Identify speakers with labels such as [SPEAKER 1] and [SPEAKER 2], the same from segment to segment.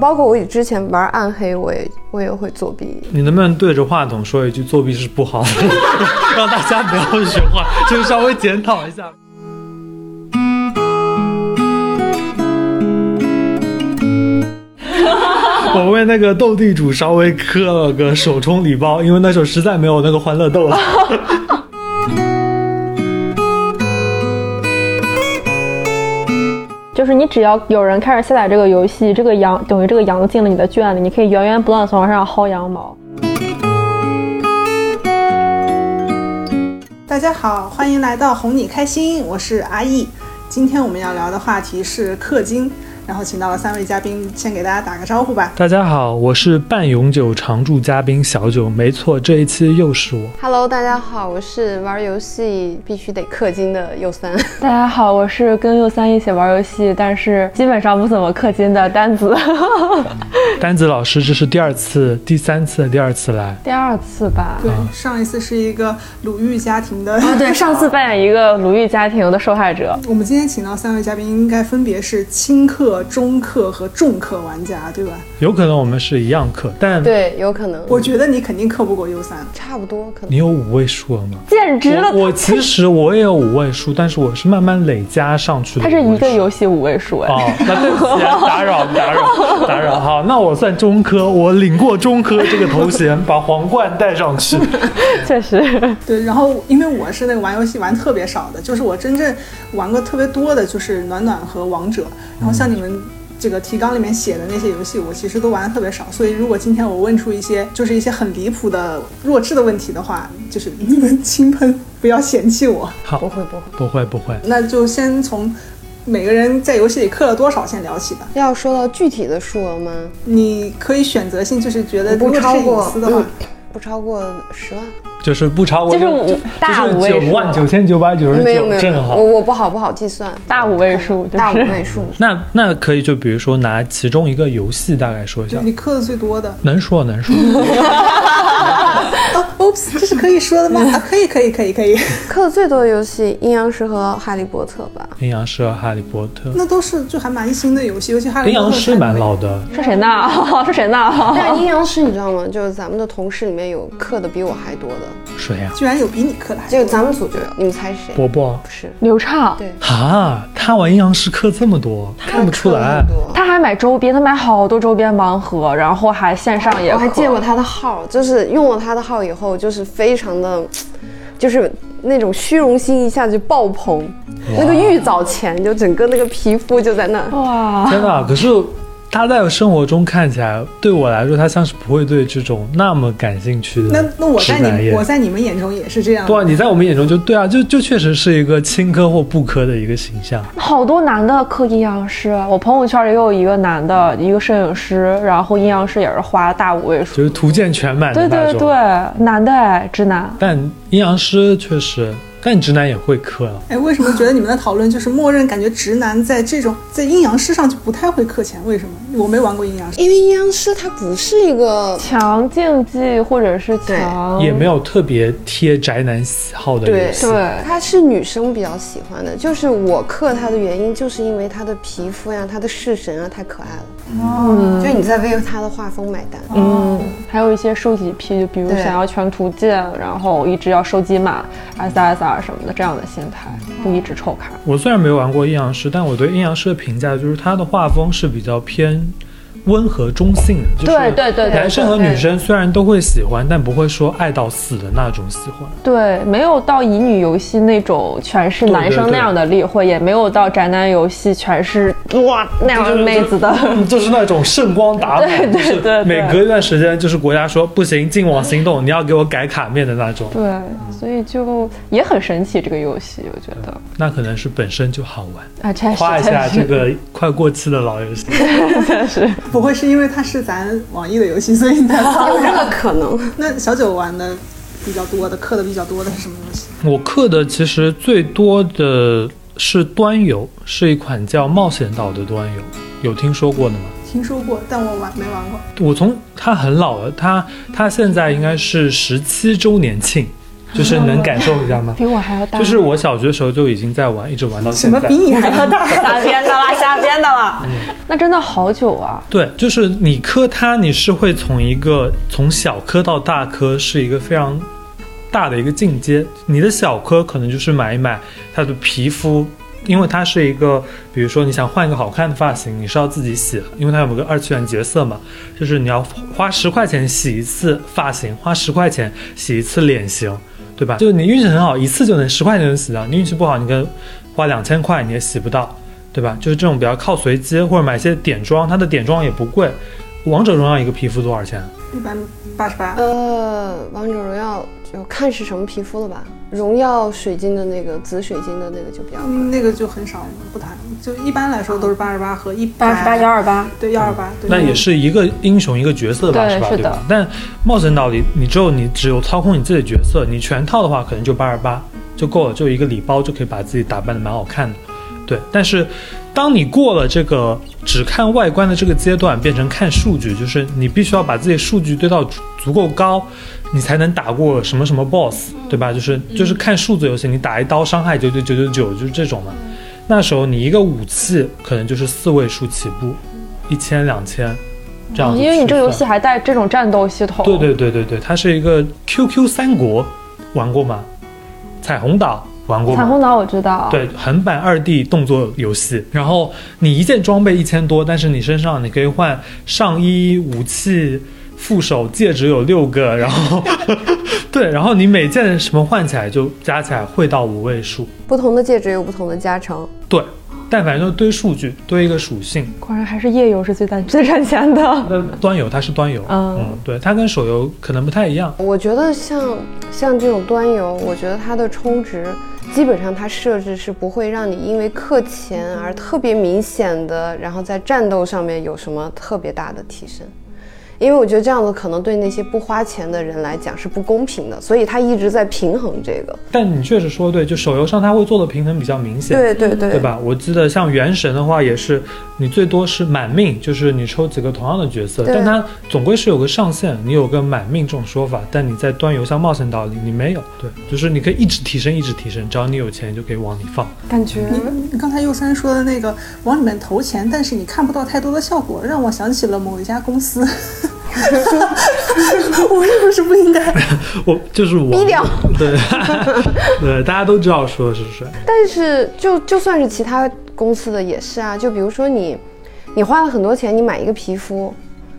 [SPEAKER 1] 包括我之前玩暗黑，我也我也会作弊。
[SPEAKER 2] 你能不能对着话筒说一句作弊是不好的， 让大家不要学坏，就稍微检讨一 下。我为那个斗地主稍微磕了个手冲礼包，因为那时候实在没有那个欢乐豆了。
[SPEAKER 3] 就是你只要有人开始下载这个游戏，这个羊等于这个羊进了你的圈里，你可以源源不断的从它身上薅羊毛。
[SPEAKER 4] 大家好，欢迎来到哄你开心，我是阿易。今天我们要聊的话题是氪金，然后请到了三位嘉宾，先给大家打个招呼吧。
[SPEAKER 2] 大家好，我是半永久常驻嘉宾小九，没错，这一期又是我。
[SPEAKER 1] Hello，大家好，我是玩游戏必须得氪金的右三。
[SPEAKER 3] 大家好，我是跟右三一起玩游戏，但是基本上不怎么氪金的单 子，
[SPEAKER 2] 丹子老师，这是第二次、第三次、第二次来，
[SPEAKER 3] 第二次吧。
[SPEAKER 4] 对，上一次是一个鲁豫家庭的，
[SPEAKER 3] 啊对，上次扮演一个鲁豫家庭的受害者，
[SPEAKER 4] 我们今天请到三位嘉宾，应该分别是轻氪、中氪和重氪玩家，对吧？
[SPEAKER 2] 有可能我们是一样氪，但
[SPEAKER 1] 对，有可能，
[SPEAKER 4] 我觉得你肯定氪不过 U 三，
[SPEAKER 1] 差不多可能
[SPEAKER 2] 你。有五位数了吗？
[SPEAKER 3] 简直了！
[SPEAKER 2] 我我其实我也有五位数，但是我是慢慢累加上去的
[SPEAKER 3] 它
[SPEAKER 2] 五位
[SPEAKER 3] 是
[SPEAKER 2] 数。
[SPEAKER 3] 一个游戏五位数哎。
[SPEAKER 2] 哦，那对不起，打 扰打扰打扰。好，那我算中科，我领过中科这个头衔，把皇冠戴上去。
[SPEAKER 3] 确实，
[SPEAKER 4] 对，然后因为我是那个玩游戏玩特别少的，就是我真正玩过特别多的就是暖暖和王者，然后像你们。这个提纲里面写的那些游戏，我其实都玩的特别少，所以如果今天我问出一些就是一些很离谱的弱智的问题的话，就是你们 轻喷，不要嫌弃我。
[SPEAKER 2] 好
[SPEAKER 1] 不，会不会。
[SPEAKER 2] 不会不会，
[SPEAKER 4] 那就先从每个人在游戏里氪了多少先聊起吧。
[SPEAKER 1] 要说到具体的数额吗？
[SPEAKER 4] 你可以选择性就是觉得呃如
[SPEAKER 1] 不
[SPEAKER 4] 果是
[SPEAKER 1] 超
[SPEAKER 4] 隐
[SPEAKER 1] 过嗯
[SPEAKER 4] 私的话，
[SPEAKER 1] 不超过十万。
[SPEAKER 2] 就是不超过
[SPEAKER 3] 就是五大五位
[SPEAKER 2] 九
[SPEAKER 3] 数
[SPEAKER 2] 万九千九百九十
[SPEAKER 1] 没有没
[SPEAKER 2] 九，
[SPEAKER 1] 有，
[SPEAKER 2] 正好
[SPEAKER 1] 我。我不好不好计 算，
[SPEAKER 3] 大五位数就是
[SPEAKER 1] 大五位数。
[SPEAKER 2] 那那可以，就比如说拿其中一个游戏大概说一下
[SPEAKER 4] 就，你氪的最多的。
[SPEAKER 2] 能说能 说。
[SPEAKER 4] 哦，oops，这是可以说的吗？啊，可以，可以，可以，可以。
[SPEAKER 1] 氪的最多的游戏《阴阳师》和《哈利波特》吧。
[SPEAKER 2] 阴阳师和哈利波特，
[SPEAKER 4] 那都是就还蛮新的游戏，尤其哈利
[SPEAKER 2] 阴
[SPEAKER 4] 波特
[SPEAKER 2] 阳师蛮
[SPEAKER 4] 太
[SPEAKER 2] 老的，
[SPEAKER 3] 说谁呢？ 说谁
[SPEAKER 2] 哦
[SPEAKER 3] 呢？
[SPEAKER 1] 但阴阳师你知道吗？就是咱们的同事里面有氪的比我还多的，
[SPEAKER 2] 谁呀、
[SPEAKER 4] 居然有比你氪的还
[SPEAKER 1] 就
[SPEAKER 4] 多。
[SPEAKER 1] 咱们组就有。你们猜谁？
[SPEAKER 2] 啊伯伯
[SPEAKER 1] 不是，
[SPEAKER 3] 刘畅，
[SPEAKER 1] 对，
[SPEAKER 2] 啊，他玩阴阳师氪这么多，看不出来
[SPEAKER 1] 氪。得多
[SPEAKER 3] 他还买周边，他买好多周边盲盒，然后还线上也
[SPEAKER 1] 我还
[SPEAKER 3] 氪
[SPEAKER 1] 借过他的号，就是用了他的号以后，就是非常的，就是那种虚荣心一下子就爆棚，那个玉藻前就整个那个皮肤就在那。
[SPEAKER 3] 哇，
[SPEAKER 2] 天呐，可是他在生活中看起来，对我来说，他像是不会对这种那么感兴趣的
[SPEAKER 4] 那那我
[SPEAKER 2] 直
[SPEAKER 4] 在
[SPEAKER 2] 男
[SPEAKER 4] 你
[SPEAKER 2] 耶
[SPEAKER 4] 我。在你们眼中也是这样
[SPEAKER 2] 对
[SPEAKER 4] 的。
[SPEAKER 2] 啊，你在我们眼中就对啊，就就确实是一个青科或不科的一个形象。
[SPEAKER 3] 好多男的刻阴阳师，我朋友圈也有一个男的，一个摄影师，然后阴阳师也是花大五位数
[SPEAKER 2] 就。是图鉴全满的
[SPEAKER 3] 对
[SPEAKER 2] 那
[SPEAKER 3] 对
[SPEAKER 2] 种。
[SPEAKER 3] 对，男的哎，直男。
[SPEAKER 2] 但阴阳师确实，但直男也会磕啊。
[SPEAKER 4] 哎，为什么觉得你们的讨论就是默认感觉直男在这种在阴阳师上就不太会氪钱？为什么？我没玩过阴阳师，
[SPEAKER 1] 因为阴阳师它不是一个，
[SPEAKER 3] 强竞技或者是强
[SPEAKER 2] 也没有特别贴宅男喜好的游戏，
[SPEAKER 3] 哦对
[SPEAKER 1] 它是女生比较喜欢的。就是我克它的原因，就是因为它的皮肤呀、它的式神啊太可爱了，
[SPEAKER 4] 哦，
[SPEAKER 1] 就你在为它的画风买单。
[SPEAKER 3] 嗯，还有一些收集癖，就比如
[SPEAKER 1] 对
[SPEAKER 3] 想要全图鉴，然后一直要收集满 SSR 啊什么的这样的心态，不一直抽卡。
[SPEAKER 2] 我虽然没玩过阴阳师，但我对阴阳师的评价就是它的画风是比较偏温和中性的，就是
[SPEAKER 3] 对对对对
[SPEAKER 2] 男生和
[SPEAKER 3] 对
[SPEAKER 2] 女生虽然都会喜欢，但不会说爱到死的那种喜欢。
[SPEAKER 3] 对，没有到乙女游戏那种全是男生那样的例会，也没有到宅男游戏全是哇那样的妹子的。
[SPEAKER 2] 就是那种圣光打满，
[SPEAKER 3] 对对
[SPEAKER 2] 就是
[SPEAKER 3] 对对
[SPEAKER 2] 每隔一段时间，就是国家说不行，净网行动，你要给我改卡面的那种，
[SPEAKER 3] 对，所以就也很神奇这个游戏，我觉得
[SPEAKER 2] 那可能是本身就好玩。
[SPEAKER 3] 啊，确实
[SPEAKER 2] 夸一下
[SPEAKER 3] 确
[SPEAKER 2] 这
[SPEAKER 3] 实
[SPEAKER 2] 个快过期的老游戏，
[SPEAKER 3] 确实，
[SPEAKER 4] 不会是因为它是咱网易的游戏，所以你 才玩
[SPEAKER 1] 有这个可能，
[SPEAKER 4] 那小九玩的比较多的，氪的比较多的是什么游戏？
[SPEAKER 2] 我氪的其实最多的是端游，是一款叫《冒险岛》的端游，有听说过的吗？
[SPEAKER 4] 听说过，但我玩没玩过。
[SPEAKER 2] 我从它很老了，它它现在应该是十七周年庆， 就是能感受一下吗？
[SPEAKER 3] 比我还要大，
[SPEAKER 2] 就是我小学的时候就已经在玩，一直玩到
[SPEAKER 4] 什
[SPEAKER 2] 现
[SPEAKER 4] 么
[SPEAKER 2] 在
[SPEAKER 4] 比。你还要大？
[SPEAKER 3] 瞎编的啦，瞎编的啦。嗯那真的好久啊，
[SPEAKER 2] 对，就是你磕它，你是会从一个从小磕到大磕，是一个非常大的一个进阶。你的小磕可能就是买一买它的皮肤，因为它是一个，比如说你想换一个好看的发型，你是要自己洗的，因为它有个二次元角色嘛，就是你要花十块钱洗一次发型，花十块钱洗一次脸型，对吧？就是你运气很好，一次就能十块钱就能洗掉；你运气不好，你跟花两千块你也洗不到。对吧？就是这种比较靠随机，或者买一些点妆，它的点妆也不贵。王者荣耀一个皮肤多少钱？
[SPEAKER 4] 一般八十八，
[SPEAKER 1] 呃，王者荣耀就看是什么皮肤了吧。荣耀水晶的那个紫水晶的那个就比较贵。
[SPEAKER 4] 那个就很少，不谈。就一般来说都是八十八和一
[SPEAKER 3] 八十八幺二八，
[SPEAKER 4] 对幺二八，对
[SPEAKER 2] 那也是一个英雄一个角色吧，
[SPEAKER 3] 对
[SPEAKER 2] 吧？
[SPEAKER 3] 是
[SPEAKER 2] 对
[SPEAKER 3] 的
[SPEAKER 2] 吧？但冒险岛里，你只有你只有操控你自己的角色，你全套的话可能就八十八就够了，就一个礼包就可以把自己打扮的蛮好看的。对，但是当你过了这个只看外观的这个阶段，变成看数据，就是你必须要把自己的数据堆到足足够高，你才能打过什么什么 BOSS，对吧？就是
[SPEAKER 3] 嗯
[SPEAKER 2] 就是看数字游戏，你打一刀伤害九九九九九，就是这种嘛。那时候你一个武器可能就是四位数起步，一千两千这样子去算、
[SPEAKER 3] 哦因为你这个游戏还带这种战斗系统，
[SPEAKER 2] 对对对对对，它是一个 QQ 三国，玩过吗？彩虹岛玩过吗？
[SPEAKER 3] 彩虹岛我知道，，
[SPEAKER 2] 对，横版二 D 动作游戏。然后你一件装备一千多，但是你身上你可以换上衣、武器、副手、戒指有六个，然后 对，然后你每件什么换起来就加起来会到五位数。
[SPEAKER 1] 不同的戒指有不同的加成。
[SPEAKER 2] 对，但反正就是堆数据，堆一个属性。
[SPEAKER 3] 果然还是页游是最赚最赚钱的。
[SPEAKER 2] 那端游它是端游，
[SPEAKER 3] 嗯
[SPEAKER 2] 嗯，对，它跟手游可能不太一样。
[SPEAKER 1] 我觉得像像这种端游，我觉得它的充值基本上它设置是不会让你因为氪钱而特别明显的，然后在战斗上面有什么特别大的提升。因为我觉得这样子可能对那些不花钱的人来讲是不公平的，所以它一直在平衡这个。
[SPEAKER 2] 但你确实说得对，就手游上它会做的平衡比较明显。
[SPEAKER 1] 对对对
[SPEAKER 2] 对吧？我记得像《原神》的话，也是你最多是满命，就是你抽几个同样的角色，
[SPEAKER 1] 对
[SPEAKER 2] 但它总归是有个上限，你有个满命这种说法。但你在端游像冒险岛里，你没有。对，就是你可以一直提升，一直提升，只要你有钱就可以往里放。
[SPEAKER 3] 感觉
[SPEAKER 4] 你刚才右山说的那个往里面投钱，但是你看不到太多的效果，让我想起了某一家公司。 我是不是不应该？
[SPEAKER 2] 我就是我，
[SPEAKER 1] 低调
[SPEAKER 2] 对 对，大家都知道说是谁。
[SPEAKER 1] 但是就就算是其他公司的也是啊，就比如说你，你花了很多钱，你买一个皮肤，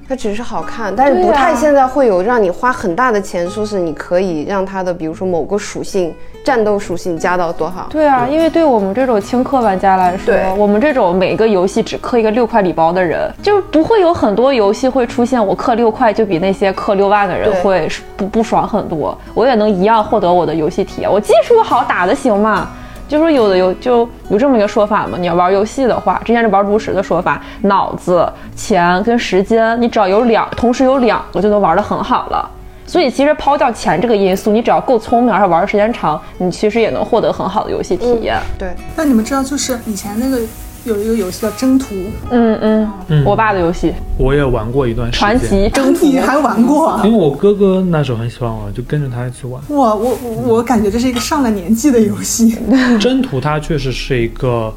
[SPEAKER 1] 它只是好看，但是
[SPEAKER 3] 对啊
[SPEAKER 1] 不太现在会有让你花很大的钱，说是你可以让它的，比如说某个属性、战斗属性加到多少。
[SPEAKER 3] 对啊，因为对我们这种轻氪玩家来说
[SPEAKER 1] 对，
[SPEAKER 3] 我们这种每个游戏只氪一个六块礼包的人，就不会有很多游戏会出现我氪六块就比那些氪六万的人
[SPEAKER 1] 对
[SPEAKER 3] 会不不爽很多。我也能一样获得我的游戏体验，我技术好打得行嘛。就说有的游就有这么一个说法嘛，你要玩游戏的话，之前是玩炉石的说法，脑子、钱跟时间，你只要有两，同时有两个就能玩得很好了。所以其实抛掉钱这个因素，你只要够聪明，而且玩的时间长，你其实也能获得很好的游戏体验。
[SPEAKER 1] 对，
[SPEAKER 4] 但你们知道，就是以前那个有一个游戏叫《征途》，
[SPEAKER 3] 嗯嗯，
[SPEAKER 2] 嗯
[SPEAKER 3] 我爸的游戏
[SPEAKER 2] 我也玩过一段时
[SPEAKER 3] 传
[SPEAKER 2] 间，
[SPEAKER 3] 奇征服
[SPEAKER 4] 你还玩过？
[SPEAKER 2] 因为我哥哥那时候很喜欢玩，就跟着他一起玩。
[SPEAKER 4] 哇，我我我感觉这是一个上了年纪的游戏。
[SPEAKER 2] 征途它确实是一个，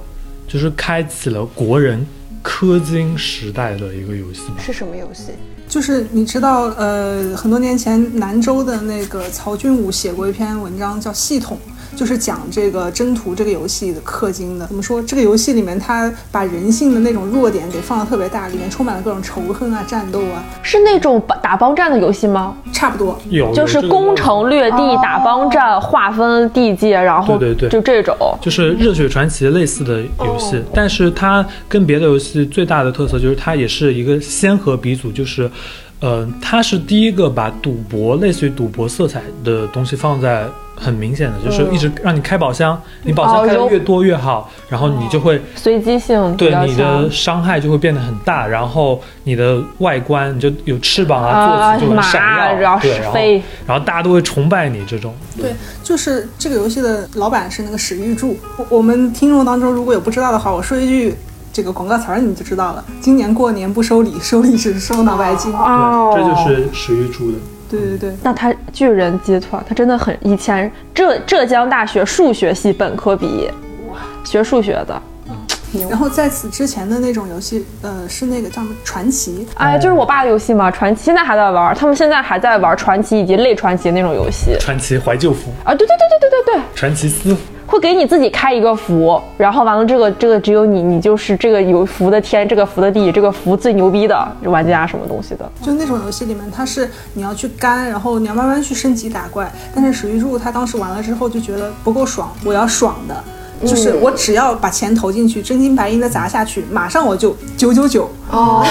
[SPEAKER 2] 就是开启了国人氪金时代的一个游戏吧。
[SPEAKER 1] 是什么游戏？
[SPEAKER 4] 就是你知道，呃，很多年前南州的那个曹俊武写过一篇文章，叫《系统》，就是讲这个征途这个游戏的氪金的。怎么说？这个游戏里面，它把人性的那种弱点给放得特别大，里面充满了各种仇恨啊、战斗啊，
[SPEAKER 3] 是那种打帮战的游戏吗？
[SPEAKER 4] 差不多。
[SPEAKER 2] 有
[SPEAKER 3] 就是攻，城略地、打帮战、划分地界，然后
[SPEAKER 2] 对对对
[SPEAKER 3] 就这种。
[SPEAKER 2] 有这个就是热血传奇类似的游戏，但是它跟别的游戏最大的特色就是它也是一个先河鼻祖，就是。呃，它是第一个把赌博类似于赌博色彩的东西放在很明显的，就是一直让你开宝箱，你宝箱
[SPEAKER 3] 哦
[SPEAKER 2] 开的
[SPEAKER 3] 有
[SPEAKER 2] 越多越好，然后你就会
[SPEAKER 3] 随机性比
[SPEAKER 2] 对
[SPEAKER 3] 较
[SPEAKER 2] 你
[SPEAKER 3] 强
[SPEAKER 2] 的。伤害就会变得很大，然后你的外观你就有翅膀啊，
[SPEAKER 3] 啊
[SPEAKER 2] 坐姿就
[SPEAKER 3] 马
[SPEAKER 2] 很闪
[SPEAKER 3] 然
[SPEAKER 2] 耀，
[SPEAKER 3] 后
[SPEAKER 2] 对，然后
[SPEAKER 3] 飞
[SPEAKER 2] 然后大家都会崇拜你这种。
[SPEAKER 4] 对，就是这个游戏的老板是那个史玉柱。我我们听众当中如果有不知道的话，我说一句这个广告词儿你就知道了。今年过年不收礼，收礼只收脑白金。
[SPEAKER 2] 对，
[SPEAKER 3] 哦，
[SPEAKER 2] 这就是史玉柱的。
[SPEAKER 4] 对对对，
[SPEAKER 3] 那他巨人集团，他真的很以前浙浙江大学数学系本科毕业，学数学的。
[SPEAKER 4] 然后在此之前的那种游戏，呃，是那个叫什么传奇，
[SPEAKER 2] 嗯
[SPEAKER 3] 哎，就是我爸的游戏嘛，传奇现在还在玩，他们现在还在玩传奇以及类传奇那种游戏
[SPEAKER 2] 传奇怀旧服、
[SPEAKER 3] 啊，对对对对对对对，
[SPEAKER 2] 传奇私服，
[SPEAKER 3] 会给你自己开一个服，然后完了这个这个只有你，你就是这个有服的天，这个服的地，这个服最牛逼的玩家什么东西的，
[SPEAKER 4] 就那种游戏里面，它是你要去干，然后你要慢慢去升级打怪。但是史玉柱他当时玩了之后就觉得不够爽，我要爽的，就是我只要把钱投进去，真金白银的砸下去，马上我就九九九。
[SPEAKER 1] 哦，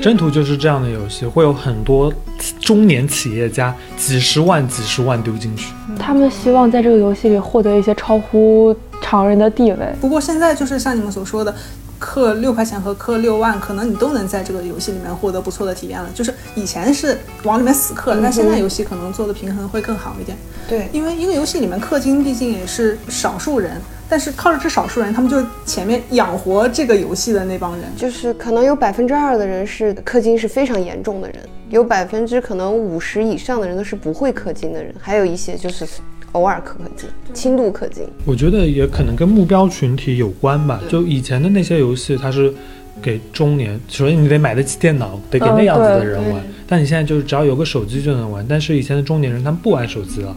[SPEAKER 2] 征途就是这样的游戏，会有很多中年企业家几十万、几十万丢进去。
[SPEAKER 3] 他们希望在这个游戏里获得一些超乎常人的地位。
[SPEAKER 4] 不过现在就是像你们所说的。氪六块钱和氪六万，可能你都能在这个游戏里面获得不错的体验了。就是以前是往里面死氪，但现在游戏可能做的平衡会更好一点。
[SPEAKER 1] 对，
[SPEAKER 4] 因为一个游戏里面氪金毕竟也是少数人，但是靠着这少数人，他们就前面养活这个游戏的那帮人。
[SPEAKER 1] 就是可能有百分之二的人是氪金是非常严重的人，有百分之可能五十以上的人都是不会氪金的人，还有一些就是偶尔氪氪金，轻度氪金。
[SPEAKER 2] 我觉得也可能跟目标群体有关吧。就以前的那些游戏，它是给中年，首先你得买得起电脑，得给那样子的人玩。但你现在就是只要有个手机就能玩。但是以前的中年人他们不玩手机了，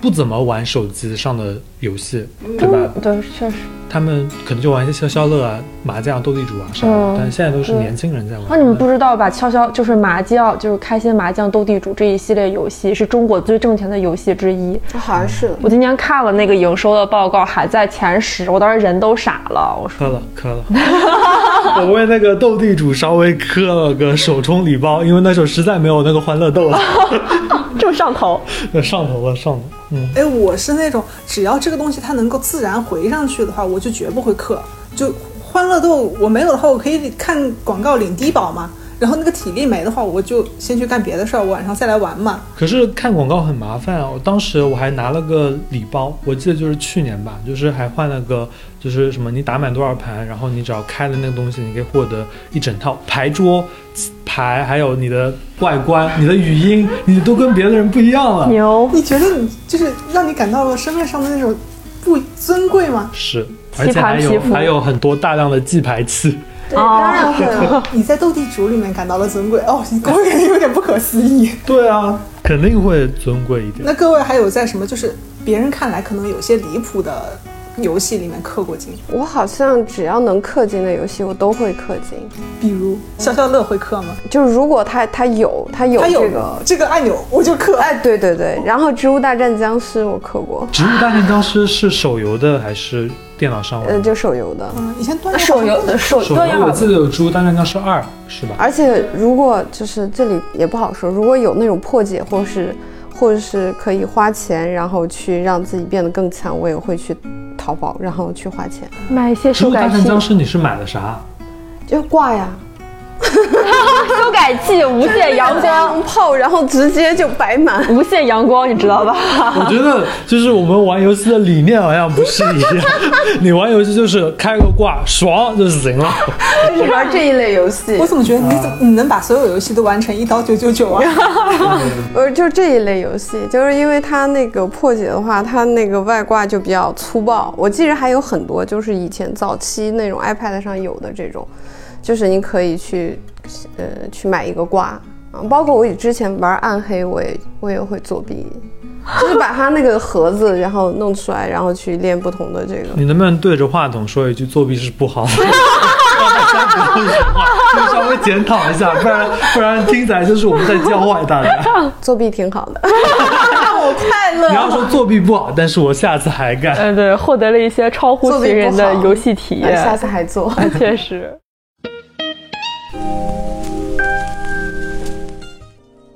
[SPEAKER 2] 不怎么玩手机上的游戏，对吧？
[SPEAKER 3] 对，确实。
[SPEAKER 2] 他们可能就玩一些消消乐啊、麻将、斗地主啊啥的
[SPEAKER 3] 嗯。
[SPEAKER 2] 但现在都是年轻人在玩。
[SPEAKER 3] 那你们不知道吧？悄悄就是麻将，就是开心麻将、斗地主这一系列游戏是中国最挣钱的游戏之一。
[SPEAKER 1] 好像是的，
[SPEAKER 3] 我今天看了那个营收的报告，还在前十，我当时人都傻了。我说
[SPEAKER 2] 磕了磕了， 我为那个斗地主稍微磕了个手冲礼包，因为那时候实在没有那个欢乐豆 了，
[SPEAKER 3] 这么上头，
[SPEAKER 2] 上头了上头。嗯，
[SPEAKER 4] 哎，我是那种只要这个东西它能够自然回上去的话，我就绝不会氪。就欢乐豆我没有的话，我可以看广告领低保嘛。然后那个体力没的话，我就先去干别的事儿，晚上再来玩嘛。
[SPEAKER 2] 可是看广告很麻烦啊，我当时我还拿了个礼包，我记得就是去年吧，就是还换了个就是什么你打满多少盘，然后你只要开了那个东西，你可以获得一整套牌桌、牌，还有你的外观、你的语音，你都跟别的人不一样了。
[SPEAKER 3] 牛！
[SPEAKER 4] 你觉得你就是让你感到了身份上的那种不尊贵吗？
[SPEAKER 2] 是，
[SPEAKER 3] 棋
[SPEAKER 2] 而且还
[SPEAKER 3] 盘
[SPEAKER 2] 有
[SPEAKER 3] 棋谱
[SPEAKER 2] 还有很多大量的记牌器。
[SPEAKER 1] 对，当
[SPEAKER 3] 哎
[SPEAKER 1] 然会了。
[SPEAKER 4] 你在斗地主里面感到了尊贵哦，你果然有点不可思议。
[SPEAKER 2] 对啊，肯定会尊贵一点。
[SPEAKER 4] 那各位还有在什么就是别人看来可能有些离谱的游戏里面氪过金？
[SPEAKER 1] 我好像只要能氪金的游戏，我都会氪金。
[SPEAKER 4] 比如消消乐会氪吗？
[SPEAKER 1] 就是如果他他有他有
[SPEAKER 4] 它有
[SPEAKER 1] 这个，
[SPEAKER 4] 这个按钮，我就氪。
[SPEAKER 1] 哎，对对对。然后《植物大战僵尸》我氪过，
[SPEAKER 2] 《植物大战僵尸》是手游的还是电脑上玩
[SPEAKER 1] 呃，
[SPEAKER 2] 的？
[SPEAKER 1] 就手游的。
[SPEAKER 4] 嗯，以前端着
[SPEAKER 3] 手游的手
[SPEAKER 2] 手
[SPEAKER 3] 对呀
[SPEAKER 2] 游，我记得有《植物大战僵尸二》，是吧？
[SPEAKER 1] 而且如果就是这里也不好说，如果有那种破解或是或者是可以花钱然后去让自己变得更强，我也会去淘宝然后去花钱，
[SPEAKER 3] 买一些
[SPEAKER 2] 《植
[SPEAKER 3] 修
[SPEAKER 2] 物大
[SPEAKER 3] 改
[SPEAKER 2] 战
[SPEAKER 3] 器，
[SPEAKER 2] 僵尸》你是买的 啥？
[SPEAKER 1] 就挂呀，
[SPEAKER 3] 修改器无限阳 光，
[SPEAKER 1] 泡，然后直接就摆 满。
[SPEAKER 3] 无限阳光，你知道吧？
[SPEAKER 2] 我觉得就是我们玩游戏的理念好像不是一 样。你玩游戏就是开个挂爽就行了。
[SPEAKER 1] 玩这一类游戏
[SPEAKER 4] 我，怎么觉得
[SPEAKER 2] 啊
[SPEAKER 4] 你怎么你能把所有游戏都玩成一刀九九九啊？
[SPEAKER 1] 呃，就这一类游戏，就是因为它那个破解的话，它那个外挂就比较粗暴。我记着还有很多，就是以前早期那种 iPad 上有的这种，就是你可以去，呃，去买一个挂啊。包括我之前玩暗黑，我也我也会作弊，就是把它那个盒子然后弄出来，然后去练不同的这个。
[SPEAKER 2] 你能不能对着话筒说一句作弊是不好的？ 让大家不要说话，就稍微检讨一下，不然不然听起来就是我们在教坏大 家。
[SPEAKER 1] 作弊挺好的，让 我快
[SPEAKER 2] 你要
[SPEAKER 1] 乐。
[SPEAKER 2] 说作弊不好，但是我下次还干。
[SPEAKER 3] 嗯，对，获得了一些超乎
[SPEAKER 1] 作弊
[SPEAKER 3] 常人
[SPEAKER 1] 不
[SPEAKER 3] 的
[SPEAKER 1] 好
[SPEAKER 3] 游戏体
[SPEAKER 1] 哎下
[SPEAKER 3] 验，
[SPEAKER 1] 次还做。
[SPEAKER 3] 确实。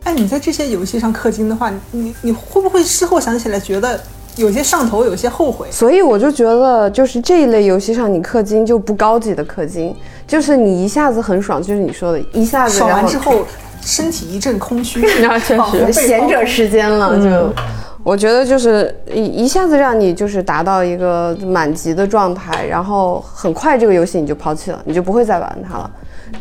[SPEAKER 4] 哎，你在这些游戏上氪金的话，你你你会不会事后想起来觉得有些上头，有些后悔？
[SPEAKER 1] 所以我就觉得，就是这一类游戏上，你氪金就不高级的氪金，就是你一下子很爽，就是你说的，一下子
[SPEAKER 4] 爽
[SPEAKER 1] 然
[SPEAKER 4] 完
[SPEAKER 1] 后
[SPEAKER 4] 之后身体一阵空虚，
[SPEAKER 3] 那确实
[SPEAKER 4] 仿佛被掏嗯空
[SPEAKER 1] 闲者时间了，就我觉得就是一一下子让你就是达到一个满级的状态，然后很快这个游戏你就抛弃了，你就不会再玩它了。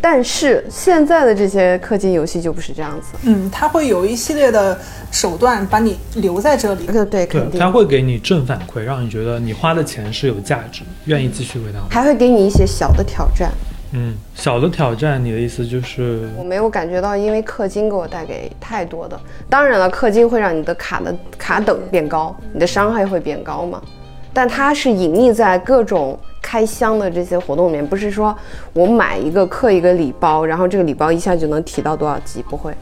[SPEAKER 1] 但是现在的这些氪金游戏就不是这样子，
[SPEAKER 4] 嗯，它会有一系列的手段把你留在这里。
[SPEAKER 1] 呃对，
[SPEAKER 2] 对
[SPEAKER 1] 肯，定
[SPEAKER 2] 他会给你正反馈，让你觉得你花的钱是有价值，愿意继续为他花。
[SPEAKER 1] 还会给你一些小的挑战。
[SPEAKER 2] 嗯，小的挑战，你的意思就是
[SPEAKER 1] 我没有感觉到，因为氪金给我带给太多的。当然了，氪金会让你的卡的卡等变高，你的伤害会变高嘛。但它是隐匿在各种开箱的这些活动里面，不是说我买一个氪一个礼包，然后这个礼包一下就能提到多少级，不会，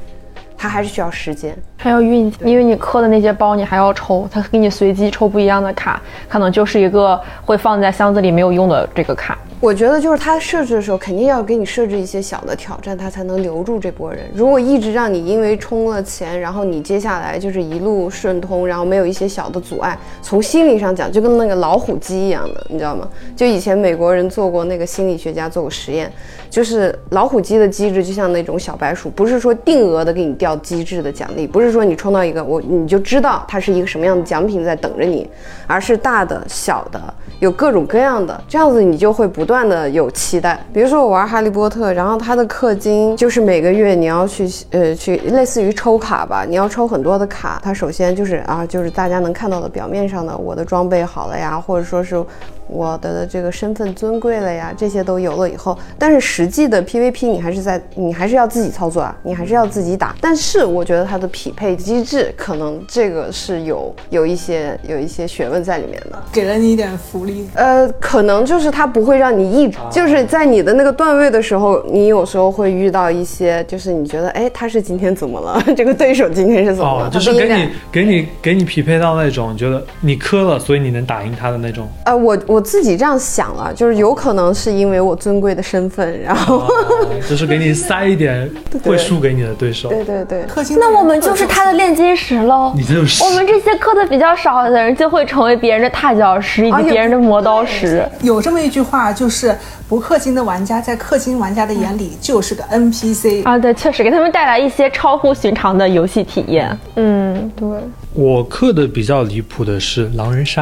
[SPEAKER 1] 它还是需要时间。
[SPEAKER 3] 还要运气，因为你磕的那些包，你还要抽，它给你随机抽不一样的卡，可能就是一个会放在箱子里没有用的这个卡。
[SPEAKER 1] 我觉得就是他设置的时候，肯定要给你设置一些小的挑战，他才能留住这波人。如果一直让你因为充了钱，然后你接下来就是一路顺通，然后没有一些小的阻碍，从心理上讲，就跟那个老虎机一样的，你知道吗？就以前美国人做过那个心理学家做过实验，就是老虎机的机制就像那种小白鼠，不是说定额的给你掉机制的奖励，不是说你充到一个我你就知道它是一个什么样的奖品在等着你，而是大的、小的，有各种各样的，这样子你就会不断的有期待。比如说我玩哈利波特，然后它的氪金就是每个月你要去呃去类似于抽卡吧，你要抽很多的卡。它首先就是啊，就是大家能看到的表面上的我的装备好了呀，或者说是我的这个身份尊贵了呀，这些都有了以后，但是实际的 PVP 你还是在，你还是要自己操作啊，你还是要自己打。但是我觉得它的匹配机制可能这个是有有一些有一些学问在里面的。
[SPEAKER 4] 给了你一点福利，
[SPEAKER 1] 呃，可能就是它不会让你一
[SPEAKER 2] 啊
[SPEAKER 1] 直，就是在你的那个段位的时候，你有时候会遇到一些，就是你觉得，哎，他是今天怎么了？ 这个对手今天是怎么
[SPEAKER 2] 哦
[SPEAKER 1] 了？，
[SPEAKER 2] 就
[SPEAKER 1] 他
[SPEAKER 2] 是
[SPEAKER 1] 不应
[SPEAKER 2] 给
[SPEAKER 1] 该
[SPEAKER 2] 你给你给你匹配到那种觉得你磕了，所以你能打赢他的那种。
[SPEAKER 1] 呃，我我自己这样想了，就是有可能是因为我尊贵的身份，然
[SPEAKER 2] 啊
[SPEAKER 1] 后，
[SPEAKER 2] 就是给你塞一点会输给你的对 手。
[SPEAKER 1] 对对对，
[SPEAKER 4] 氪金
[SPEAKER 5] 那我们就是他的炼金石喽。
[SPEAKER 2] 你就是
[SPEAKER 5] 我们这些磕的比较少的人，就会成为别人的踏脚石以
[SPEAKER 1] 哎
[SPEAKER 5] 及
[SPEAKER 1] 呦
[SPEAKER 5] 别人的磨刀石。
[SPEAKER 4] 有这么一句话，就是不氪金的玩家在氪金玩家的眼里就是个 NPC。
[SPEAKER 5] 啊
[SPEAKER 3] 啊，对，确实给他们带来一些超乎寻常的游戏体验。
[SPEAKER 5] 嗯，对。
[SPEAKER 2] 我氪的比较离谱的是狼人
[SPEAKER 1] 啊
[SPEAKER 2] 杀，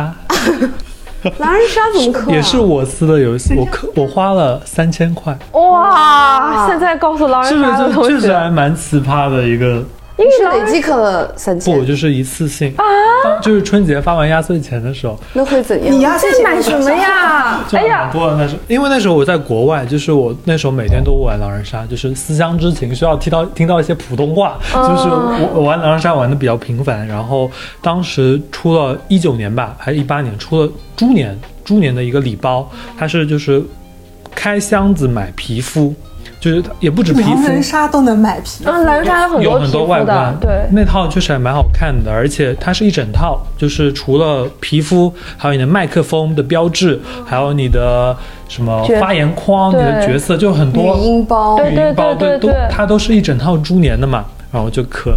[SPEAKER 1] 狼人杀怎么氪、啊？
[SPEAKER 2] 也是我撕的游戏。我 氪我花了三千块，
[SPEAKER 3] 哇，现在告诉狼
[SPEAKER 2] 这
[SPEAKER 3] 人杀的
[SPEAKER 2] 个
[SPEAKER 3] 同
[SPEAKER 2] 确实
[SPEAKER 3] 学，
[SPEAKER 2] 还蛮奇葩的一个。
[SPEAKER 1] 你是累计氪了三
[SPEAKER 2] 不，我
[SPEAKER 1] 千，
[SPEAKER 2] 就是一次性，
[SPEAKER 1] 啊
[SPEAKER 2] 当就是春节发完压岁钱的时候，
[SPEAKER 1] 那会怎样？
[SPEAKER 4] 你呀，这买什么哎 呀？
[SPEAKER 5] 呀，
[SPEAKER 2] 就蛮多的。那时候，因为那时候我在国外，就是我那时候每天都玩狼人杀，就是思乡之情需要听到听到一些普通话，
[SPEAKER 4] 哦
[SPEAKER 2] 就是我我玩狼人杀玩的比较频繁。然后当时出了一九年吧，还是一八年出了猪年猪年的一个礼包，它是就是开箱子买皮肤，就是它也不止皮
[SPEAKER 4] 狼
[SPEAKER 2] 肤
[SPEAKER 4] 人。杀都能买皮，
[SPEAKER 3] 嗯
[SPEAKER 5] 啊，狼人杀有很
[SPEAKER 2] 有
[SPEAKER 5] 多
[SPEAKER 2] 很
[SPEAKER 5] 皮
[SPEAKER 2] 多
[SPEAKER 5] 肤
[SPEAKER 2] 外
[SPEAKER 5] 的
[SPEAKER 2] 观，，
[SPEAKER 5] 对。
[SPEAKER 2] 那套确实还蛮好看的，而且它是一整套，就是除了皮肤，还有你的麦克风的标志，还有你的什么
[SPEAKER 5] 角
[SPEAKER 2] 发言框、你
[SPEAKER 5] 对
[SPEAKER 2] 的角色，就很
[SPEAKER 1] 语
[SPEAKER 2] 多
[SPEAKER 1] 音包，
[SPEAKER 5] 对
[SPEAKER 2] 语音包，
[SPEAKER 5] 对对
[SPEAKER 2] 都
[SPEAKER 5] 对
[SPEAKER 2] 它都是一整套猪年的嘛，然后就磕。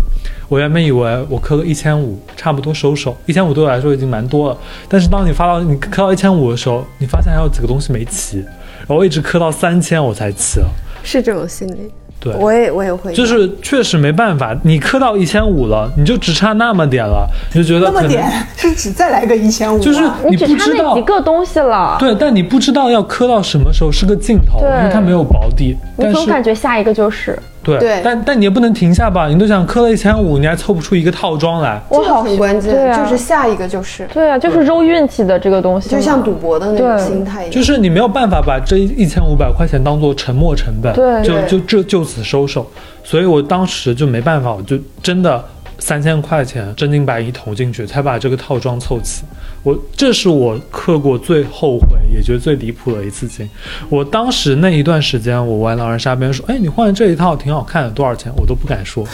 [SPEAKER 2] 我原本以为我磕个一千五，差不多收手，一千五对我来说已经蛮多了。但是当你发到你磕到一千五的时候，你发现还有几个东西没齐，然后我一直磕到三千我才齐了。
[SPEAKER 1] 是这种心理。
[SPEAKER 2] 对，
[SPEAKER 1] 我也我也会，
[SPEAKER 2] 就是确实没办法，你磕到一千五了，你就只差那么点了，你就觉得
[SPEAKER 4] 那
[SPEAKER 2] 可
[SPEAKER 4] 么
[SPEAKER 2] 能
[SPEAKER 4] 点是只再来个一千五，
[SPEAKER 2] 就是
[SPEAKER 3] 你只
[SPEAKER 2] 不
[SPEAKER 3] 差
[SPEAKER 2] 知
[SPEAKER 3] 那
[SPEAKER 2] 道
[SPEAKER 3] 几，个东西了，
[SPEAKER 2] 对，但你不知道要磕到什么时候是个尽头，
[SPEAKER 3] 对
[SPEAKER 2] 因为它没有保底。
[SPEAKER 3] 你
[SPEAKER 2] 但
[SPEAKER 3] 总感
[SPEAKER 2] 是
[SPEAKER 3] 觉下一个就是，
[SPEAKER 2] 对，
[SPEAKER 1] 对
[SPEAKER 2] 但但你也不能停下吧？你都想磕了一千五，你还凑不出一个套装来。
[SPEAKER 1] 这
[SPEAKER 3] 我
[SPEAKER 1] 个
[SPEAKER 3] 好
[SPEAKER 1] 很关键，
[SPEAKER 3] 对啊
[SPEAKER 1] 就是下一个就是，
[SPEAKER 3] 对啊，就是揉运气的这个东西嘛，
[SPEAKER 1] 就像赌博的那种
[SPEAKER 3] 对
[SPEAKER 1] 心态一样。
[SPEAKER 2] 就是你没有办法把这一千五百块钱当做沉没成本，
[SPEAKER 3] 对
[SPEAKER 2] 就
[SPEAKER 1] 对
[SPEAKER 2] 就就就此收手。所以我当时就没办法，我就真的三千块钱真金白银投进去，才把这个套装凑齐。我这是我氪过最后悔，也觉得最离谱的一次金。我当时那一段时间，我玩狼人杀，别人说：“哎，你换这一套挺好看的，多少钱？”我都不敢说，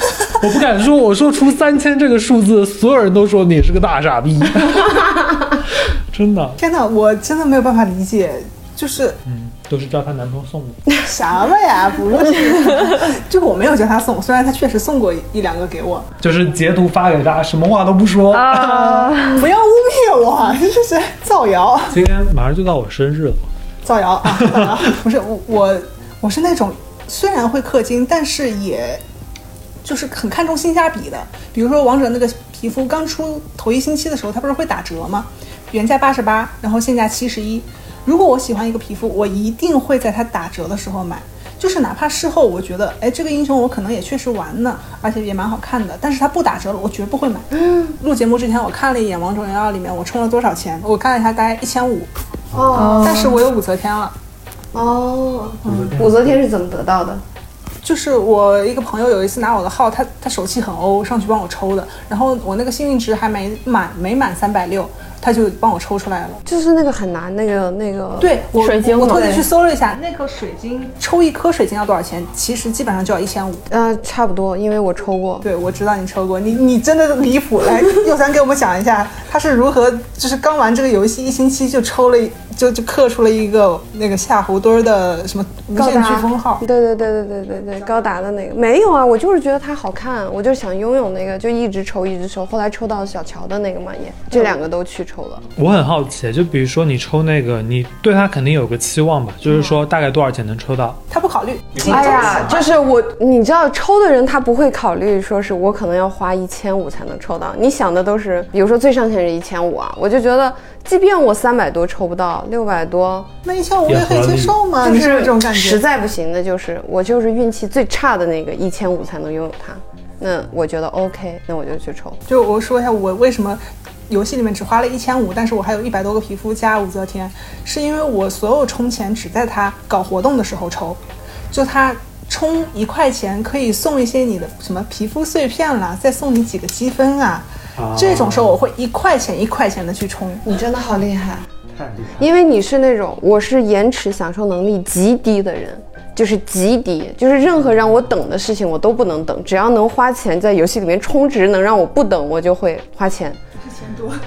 [SPEAKER 2] 我不敢说。我说出三千这个数字，所有人都说你是个大傻逼，真的，
[SPEAKER 4] 天哪，我真的没有办法理解，就是
[SPEAKER 2] 嗯，都是叫她男朋友送的。
[SPEAKER 4] 什么
[SPEAKER 2] 嗯
[SPEAKER 4] 呀？不是， 就我没有叫他送，虽然他确实送过一两个给我，
[SPEAKER 2] 就是截图发给大家，什么话都不说。
[SPEAKER 3] 啊
[SPEAKER 1] 啊
[SPEAKER 4] 不要污蔑我，这是造谣，
[SPEAKER 2] 今天马上就到我生日了，
[SPEAKER 4] 造谣 啊！造谣不是我，我我是那种虽然会氪金，但是也就是很看重性价比的。比如说王者那个皮肤刚出头一星期的时候，它不是会打折吗？原价八十八，然后现价七十一。如果我喜欢一个皮肤，我一定会在它打折的时候买。就是哪怕事后我觉得，哎，这个英雄我可能也确实玩呢，而且也蛮好看的，但是它不打折了，我绝不会买。录节目之前我看了一眼《王者荣耀》里面我充了多少钱，我看了一下，大概一千五，
[SPEAKER 1] 哦
[SPEAKER 4] 但是我有武则天了。
[SPEAKER 1] 哦，武则天是怎么得到的？
[SPEAKER 4] 就是我一个朋友有一次拿我的号，他他手气很欧，上去帮我抽的，然后我那个幸运值还没满没满三百六，他就帮我抽出来了。
[SPEAKER 1] 就是那个很难，那个那个，
[SPEAKER 4] 对，我
[SPEAKER 3] 水晶
[SPEAKER 4] 我
[SPEAKER 3] 嘛
[SPEAKER 4] 特地
[SPEAKER 3] 对
[SPEAKER 4] 去搜了一下，那颗水晶抽一颗水晶要多少钱？其实基本上就要一千五。
[SPEAKER 1] 呃，差不多，因为我抽过。
[SPEAKER 4] 对，我知道你抽过，你你真的离谱。来，佑三给我们讲一下， 他是如何就是刚玩这个游戏一星期就抽了一就就刻出了一个那个夏侯惇的什么无
[SPEAKER 1] 高
[SPEAKER 4] 限
[SPEAKER 1] 达
[SPEAKER 4] 飓风号
[SPEAKER 1] 对？对对对对对对，高达的那个没有啊，我就是觉得它好看，我就想拥有那个，就一直抽一直抽，后来抽到小乔的那个嘛，也这两个都去抽了。
[SPEAKER 2] 我很好奇，就比如说你抽那个，你对它肯定有个期望吧，就是说大概多少钱能抽到？
[SPEAKER 4] 他不考虑，
[SPEAKER 1] 哎
[SPEAKER 4] 啊
[SPEAKER 1] 呀，就是我，你知道抽的人他不会考虑说是我可能要花一千五才能抽到，你想的都是，比如说最上限是一千五啊，我就觉得即便我三百多抽不到，六百多
[SPEAKER 4] 那一千五我也可以接受嘛，
[SPEAKER 1] 就
[SPEAKER 4] 你是不
[SPEAKER 1] 是
[SPEAKER 4] 是这种感觉
[SPEAKER 1] 啊实。在不行的就是我就是运气最差的那个一千五才能拥有它，那我觉得 OK，那我就去抽。
[SPEAKER 4] 就我说一下我为什么游戏里面只花了一千五，但是我还有一百多个皮肤加武则天，是因为我所有充钱只在它搞活动的时候抽，就它。充一块钱可以送一些你的什么皮肤碎片啦，再送你几个积分啊，这种时候我会一块钱一块钱的去充。
[SPEAKER 1] 你真的好厉害，
[SPEAKER 6] 太厉害了。
[SPEAKER 1] 因为你是那种我是延迟享受能力极低的人，就是极低，就是任何让我等的事情我都不能等，只要能花钱在游戏里面充值，能让我不等，我就会花钱。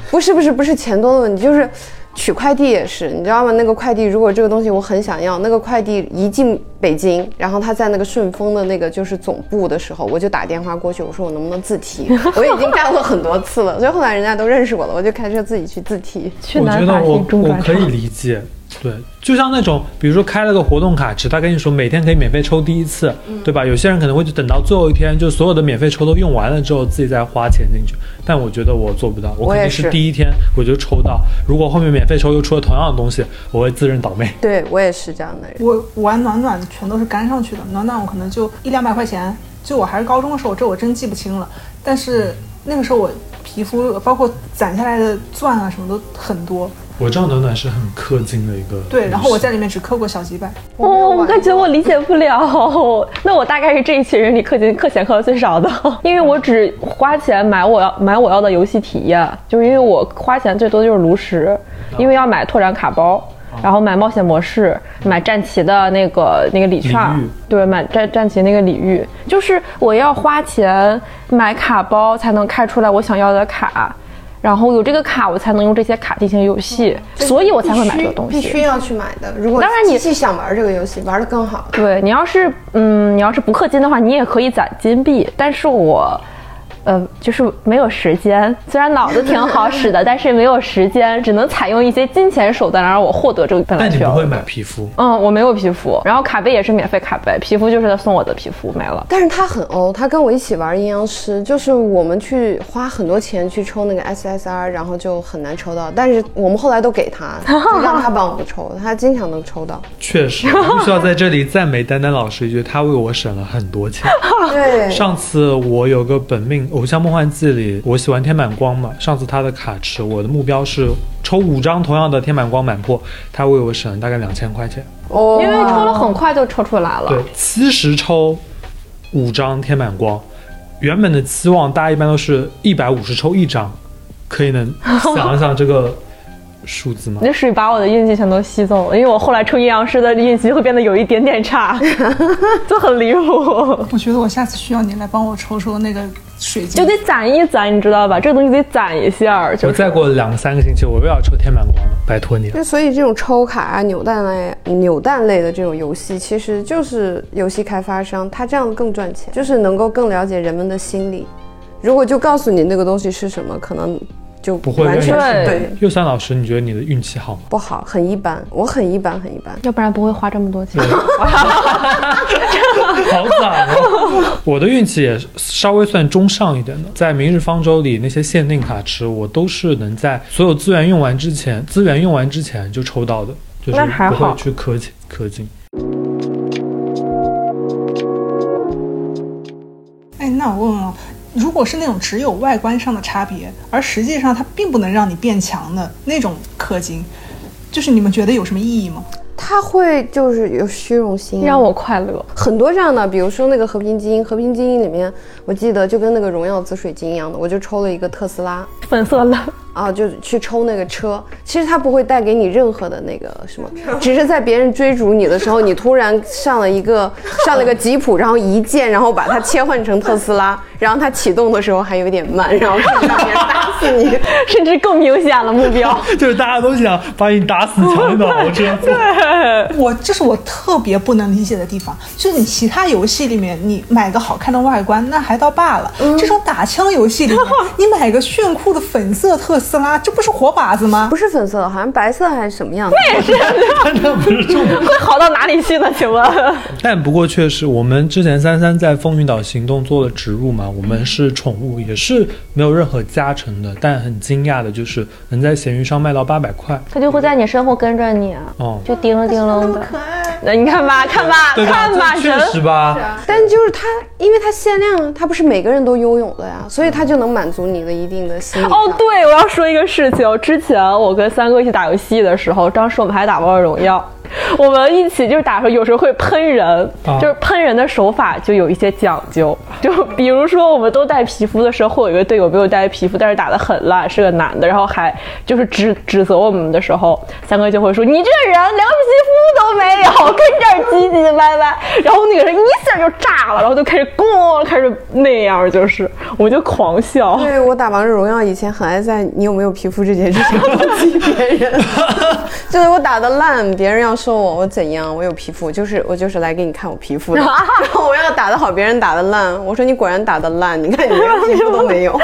[SPEAKER 1] 不是不是不是钱多的问题，就是取快递也是，你知道吗？那个快递如果这个东西我很想要，那个快递一进北京，然后他在那个顺丰的那个就是总部的时候，我就打电话过去，我说我能不能自提？我已经干过很多次了，所以后来人家都认识我了，我就开车自己去自提。
[SPEAKER 3] 去
[SPEAKER 2] 我
[SPEAKER 3] 南
[SPEAKER 2] 觉
[SPEAKER 3] 法
[SPEAKER 2] 得我
[SPEAKER 3] 进中
[SPEAKER 2] 我
[SPEAKER 3] 转
[SPEAKER 2] 可以
[SPEAKER 3] 场。
[SPEAKER 2] 理解，对，就像那种比如说开了个活动卡池，他跟你说每天可以免费抽第一次，对吧？有些人可能会就等到最后一天，就所有的免费抽都用完了之后，自己再花钱进去。但我觉得我做不到，我
[SPEAKER 1] 我
[SPEAKER 2] 肯
[SPEAKER 1] 也
[SPEAKER 2] 定是
[SPEAKER 1] 是
[SPEAKER 2] 第一天我就抽到，如果后面免费抽又出了同样的东西，我会自认倒霉。
[SPEAKER 1] 对我也是这样的人。
[SPEAKER 4] 我玩暖暖全都是干上去的，暖暖我可能就一两百块钱，就我还是高中的时候，这我真记不清了。但是那个时候我皮肤包括攒下来的钻啊什么都很多，
[SPEAKER 2] 我知道暖暖是很氪金的一个，
[SPEAKER 4] 对，然后我在里面只氪过小几百，
[SPEAKER 5] 哦，我感觉我理解不了。 那我大概是这一群人里氪金氪钱氪的最少的，
[SPEAKER 3] 因为我只花钱买我要买我要的游戏体验，就是因为我花钱最多就是炉石，因为要买拓展卡包，然后买冒险模式，买战旗的那个那个礼券
[SPEAKER 2] 礼遇，
[SPEAKER 3] 对，买战战旗那个礼遇，就是我要花钱买卡包才能开出来我想要的卡。然后有这个卡，我才能用这些卡进行游戏，所以我才会买这个东西。
[SPEAKER 1] 嗯必须要去买的。如果
[SPEAKER 3] 当然你
[SPEAKER 1] 既想玩这个游戏，玩的更好。
[SPEAKER 3] 对你要是嗯，你要是不氪金的话，你也可以攒金币，但是我。呃，就是没有时间，虽然脑子挺好使 的，但是没有时间，只能采用一些金钱手段来让我获得这个本来
[SPEAKER 2] 但你
[SPEAKER 3] 需
[SPEAKER 2] 不
[SPEAKER 3] 要
[SPEAKER 2] 会
[SPEAKER 3] 的。
[SPEAKER 2] 买皮肤，
[SPEAKER 3] 嗯，我没有皮肤，然后卡背也是免费卡背，皮肤就是他送我的皮肤没了。
[SPEAKER 1] 但是他很欧，他跟我一起玩阴阳师，就是我们去花很多钱去抽那个 SSR，然后就很难抽到。但是我们后来都给 他，就让他帮我们抽，他经常能抽到。
[SPEAKER 2] 确 实，我必须要在这里赞美丹丹老师一句，他为我省了很多 钱。
[SPEAKER 1] 对
[SPEAKER 2] 上次我有个本命《偶像梦幻祭》里，我喜欢天满光嘛。上次他的卡池，我的目标是抽五张同样的天满光满破，他为我省了大概两千块钱。
[SPEAKER 1] 哦
[SPEAKER 3] 因为抽了很快就抽出来了
[SPEAKER 2] 对，，七十抽五张天满光，原本的期望大家一般都是一百五十抽一张，可以能想一想这个数 字吗？
[SPEAKER 3] 那属于把我的运气全都吸走了，因为我后来抽阴阳师的运气会变得有一点点 差，就很离谱。
[SPEAKER 4] 我觉得我下次需要你来帮我抽抽那个水晶
[SPEAKER 3] 就。得攒一攒，你知道吧？这个东西得攒一下儿，就
[SPEAKER 2] 我再过两三个星期，我又要抽天满光了，拜托你了。
[SPEAKER 1] 那所以这种抽卡啊、扭蛋类、扭蛋类的这种游戏，其实就是游戏开发商他这样更赚钱，就是能够更了解人们的心理。如果就告诉你那个东西是什么，可能就
[SPEAKER 2] 不会
[SPEAKER 1] 完全
[SPEAKER 3] 愿意
[SPEAKER 1] 对
[SPEAKER 3] 去
[SPEAKER 2] 右三老师，你觉得你的运气好吗？
[SPEAKER 1] 不好，很一般，我很一般，很一般。
[SPEAKER 3] 要不然不会花这么多钱。
[SPEAKER 2] 好惨哦！ 我的运气也稍微算中上一点的，在明日方舟里那些限定卡池，我都是能在所有资源用完之前，资源用完之前就抽到的，就是
[SPEAKER 3] 那还
[SPEAKER 2] 不
[SPEAKER 3] 好
[SPEAKER 2] 会去氪金氪金。
[SPEAKER 4] 哎啊果是那种只有外观上的差别，而实际上它并不能让你变强的那种氪金，就是你们觉得有什么意义吗？
[SPEAKER 1] 它会就是有虚荣心啊、
[SPEAKER 3] 让我快乐。
[SPEAKER 1] 很多这样的，比如说那个和平精英，和平精英里面，我记得就跟那个荣耀紫水晶一样的，我就抽了一个特斯拉
[SPEAKER 3] 粉色了，
[SPEAKER 1] 啊，就去抽那个车。其实它不会带给你任何的那个什么，只是在别人追逐你的时候，你突然上了一个上了个吉普，然后一键，然后把它切换成特斯拉，然后它启动的时候还有点慢，然后就让别人打死你。
[SPEAKER 3] 甚至更明显了目 标。
[SPEAKER 2] 就是大家都想把你打死抢你的豪 车。
[SPEAKER 4] 我这是我特别不能理解的地方，就是你其他游戏里面你买个好看的外观那还倒罢了，这种打枪游戏里面你买个炫酷的粉色特斯拉，这不是活靶子吗
[SPEAKER 1] 不？是粉色，好像白色还是什么样子？
[SPEAKER 2] 那不是重点。
[SPEAKER 3] 会好到哪里去呢？请问，
[SPEAKER 2] 但不过确实，我们之前三三在风云岛行动做了植入嘛，我们是宠物，也是没有任何加成的。但很惊讶的就是，能在闲鱼上卖到八百块。
[SPEAKER 5] 他就会在你身后跟着你啊，
[SPEAKER 2] 哦，
[SPEAKER 5] 就叮了叮啷的。
[SPEAKER 3] 那你看吧，看吧，
[SPEAKER 2] 对吧？
[SPEAKER 3] 看吧，
[SPEAKER 2] 这确
[SPEAKER 3] 人
[SPEAKER 2] 实吧。
[SPEAKER 1] 但就是它，因为它限量啊，它不是每个人都拥有的呀，所以它就能满足你的一定的心理上。
[SPEAKER 3] 哦，对，我要说一个事情。之前我跟三哥一起打游戏的时候，当时我们还打王者荣耀，我们一起就是打的时候，有时候会喷人，
[SPEAKER 2] 啊
[SPEAKER 3] 就是喷人的手法就有一些讲究。就比如说，我们都带皮肤的时候，会有一个队友没有带皮肤，但是打得很烂，是个男的，然后还就是指指责我们的时候，三哥就会说：“你这人连皮肤都没有，跟这儿唧唧歪歪。”然后那个人一下就炸了，然后就开始咣，开始那样，就是我就狂笑。
[SPEAKER 1] 对我打王者荣耀以前很爱在你有没有皮肤这件事情攻击别人， 就是我打的烂，别人要说我我怎样，我有皮肤，就是我就是来给你看我皮 肤的。然后我要打得好，别人打的烂，我说你果然打的烂，你看你连皮肤都没有，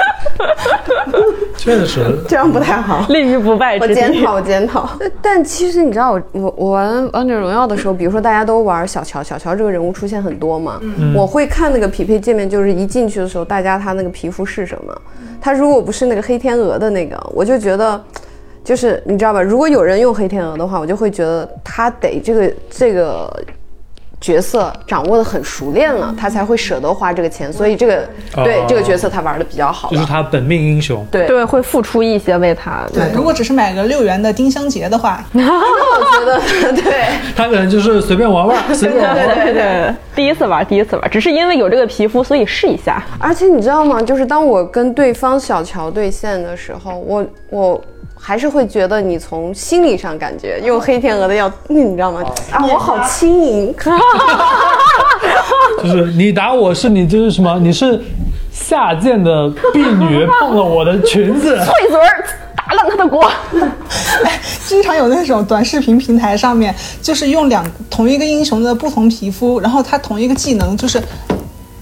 [SPEAKER 2] 确实，
[SPEAKER 1] 这样不太好。
[SPEAKER 3] 立于不败
[SPEAKER 1] 我
[SPEAKER 3] 之
[SPEAKER 1] 检
[SPEAKER 3] 地。
[SPEAKER 1] 讨，我检讨。但其实你知道我，我我玩王者荣耀的时候，比如说大家都玩小乔，小乔这个人物出现很多嘛，
[SPEAKER 2] 嗯
[SPEAKER 1] 我会看那个匹配界面，就是一进去的时候，大家他那个皮肤是什么，他如果不是那个黑天鹅的那个，我就觉得。就是你知道吧？如果有人用黑天鹅的话，我就会觉得他得这个这个角色掌握的很熟练了，他才会舍得花这个钱。所以这个对
[SPEAKER 2] 哦
[SPEAKER 1] 这个角色他玩的比较好
[SPEAKER 2] 就
[SPEAKER 1] 了
[SPEAKER 2] 是。他本命英雄。
[SPEAKER 1] 对
[SPEAKER 3] 对，会付出一些为他。
[SPEAKER 4] 对，如果只是买个六元的丁香结的话，
[SPEAKER 1] 我 觉得对。
[SPEAKER 2] 他可能就是随便玩玩，随便玩玩。
[SPEAKER 3] 对对， 第一次玩，第一次玩，只是因为有这个皮肤，所以试一下。
[SPEAKER 1] 而且你知道吗？就是当我跟对方小乔对线的时候，我我还是会觉得你从心理上感觉用黑天鹅的要， 你知道吗？啊，我好轻 盈，
[SPEAKER 2] 就是你打我是你就是什么？你是下贱的婢女碰了我的裙子，
[SPEAKER 3] 对嘴儿，打烂他的锅。
[SPEAKER 4] 经常有那种短视频平台上面，就是用两同一个英雄的不同皮肤，然后他同一个技能就是。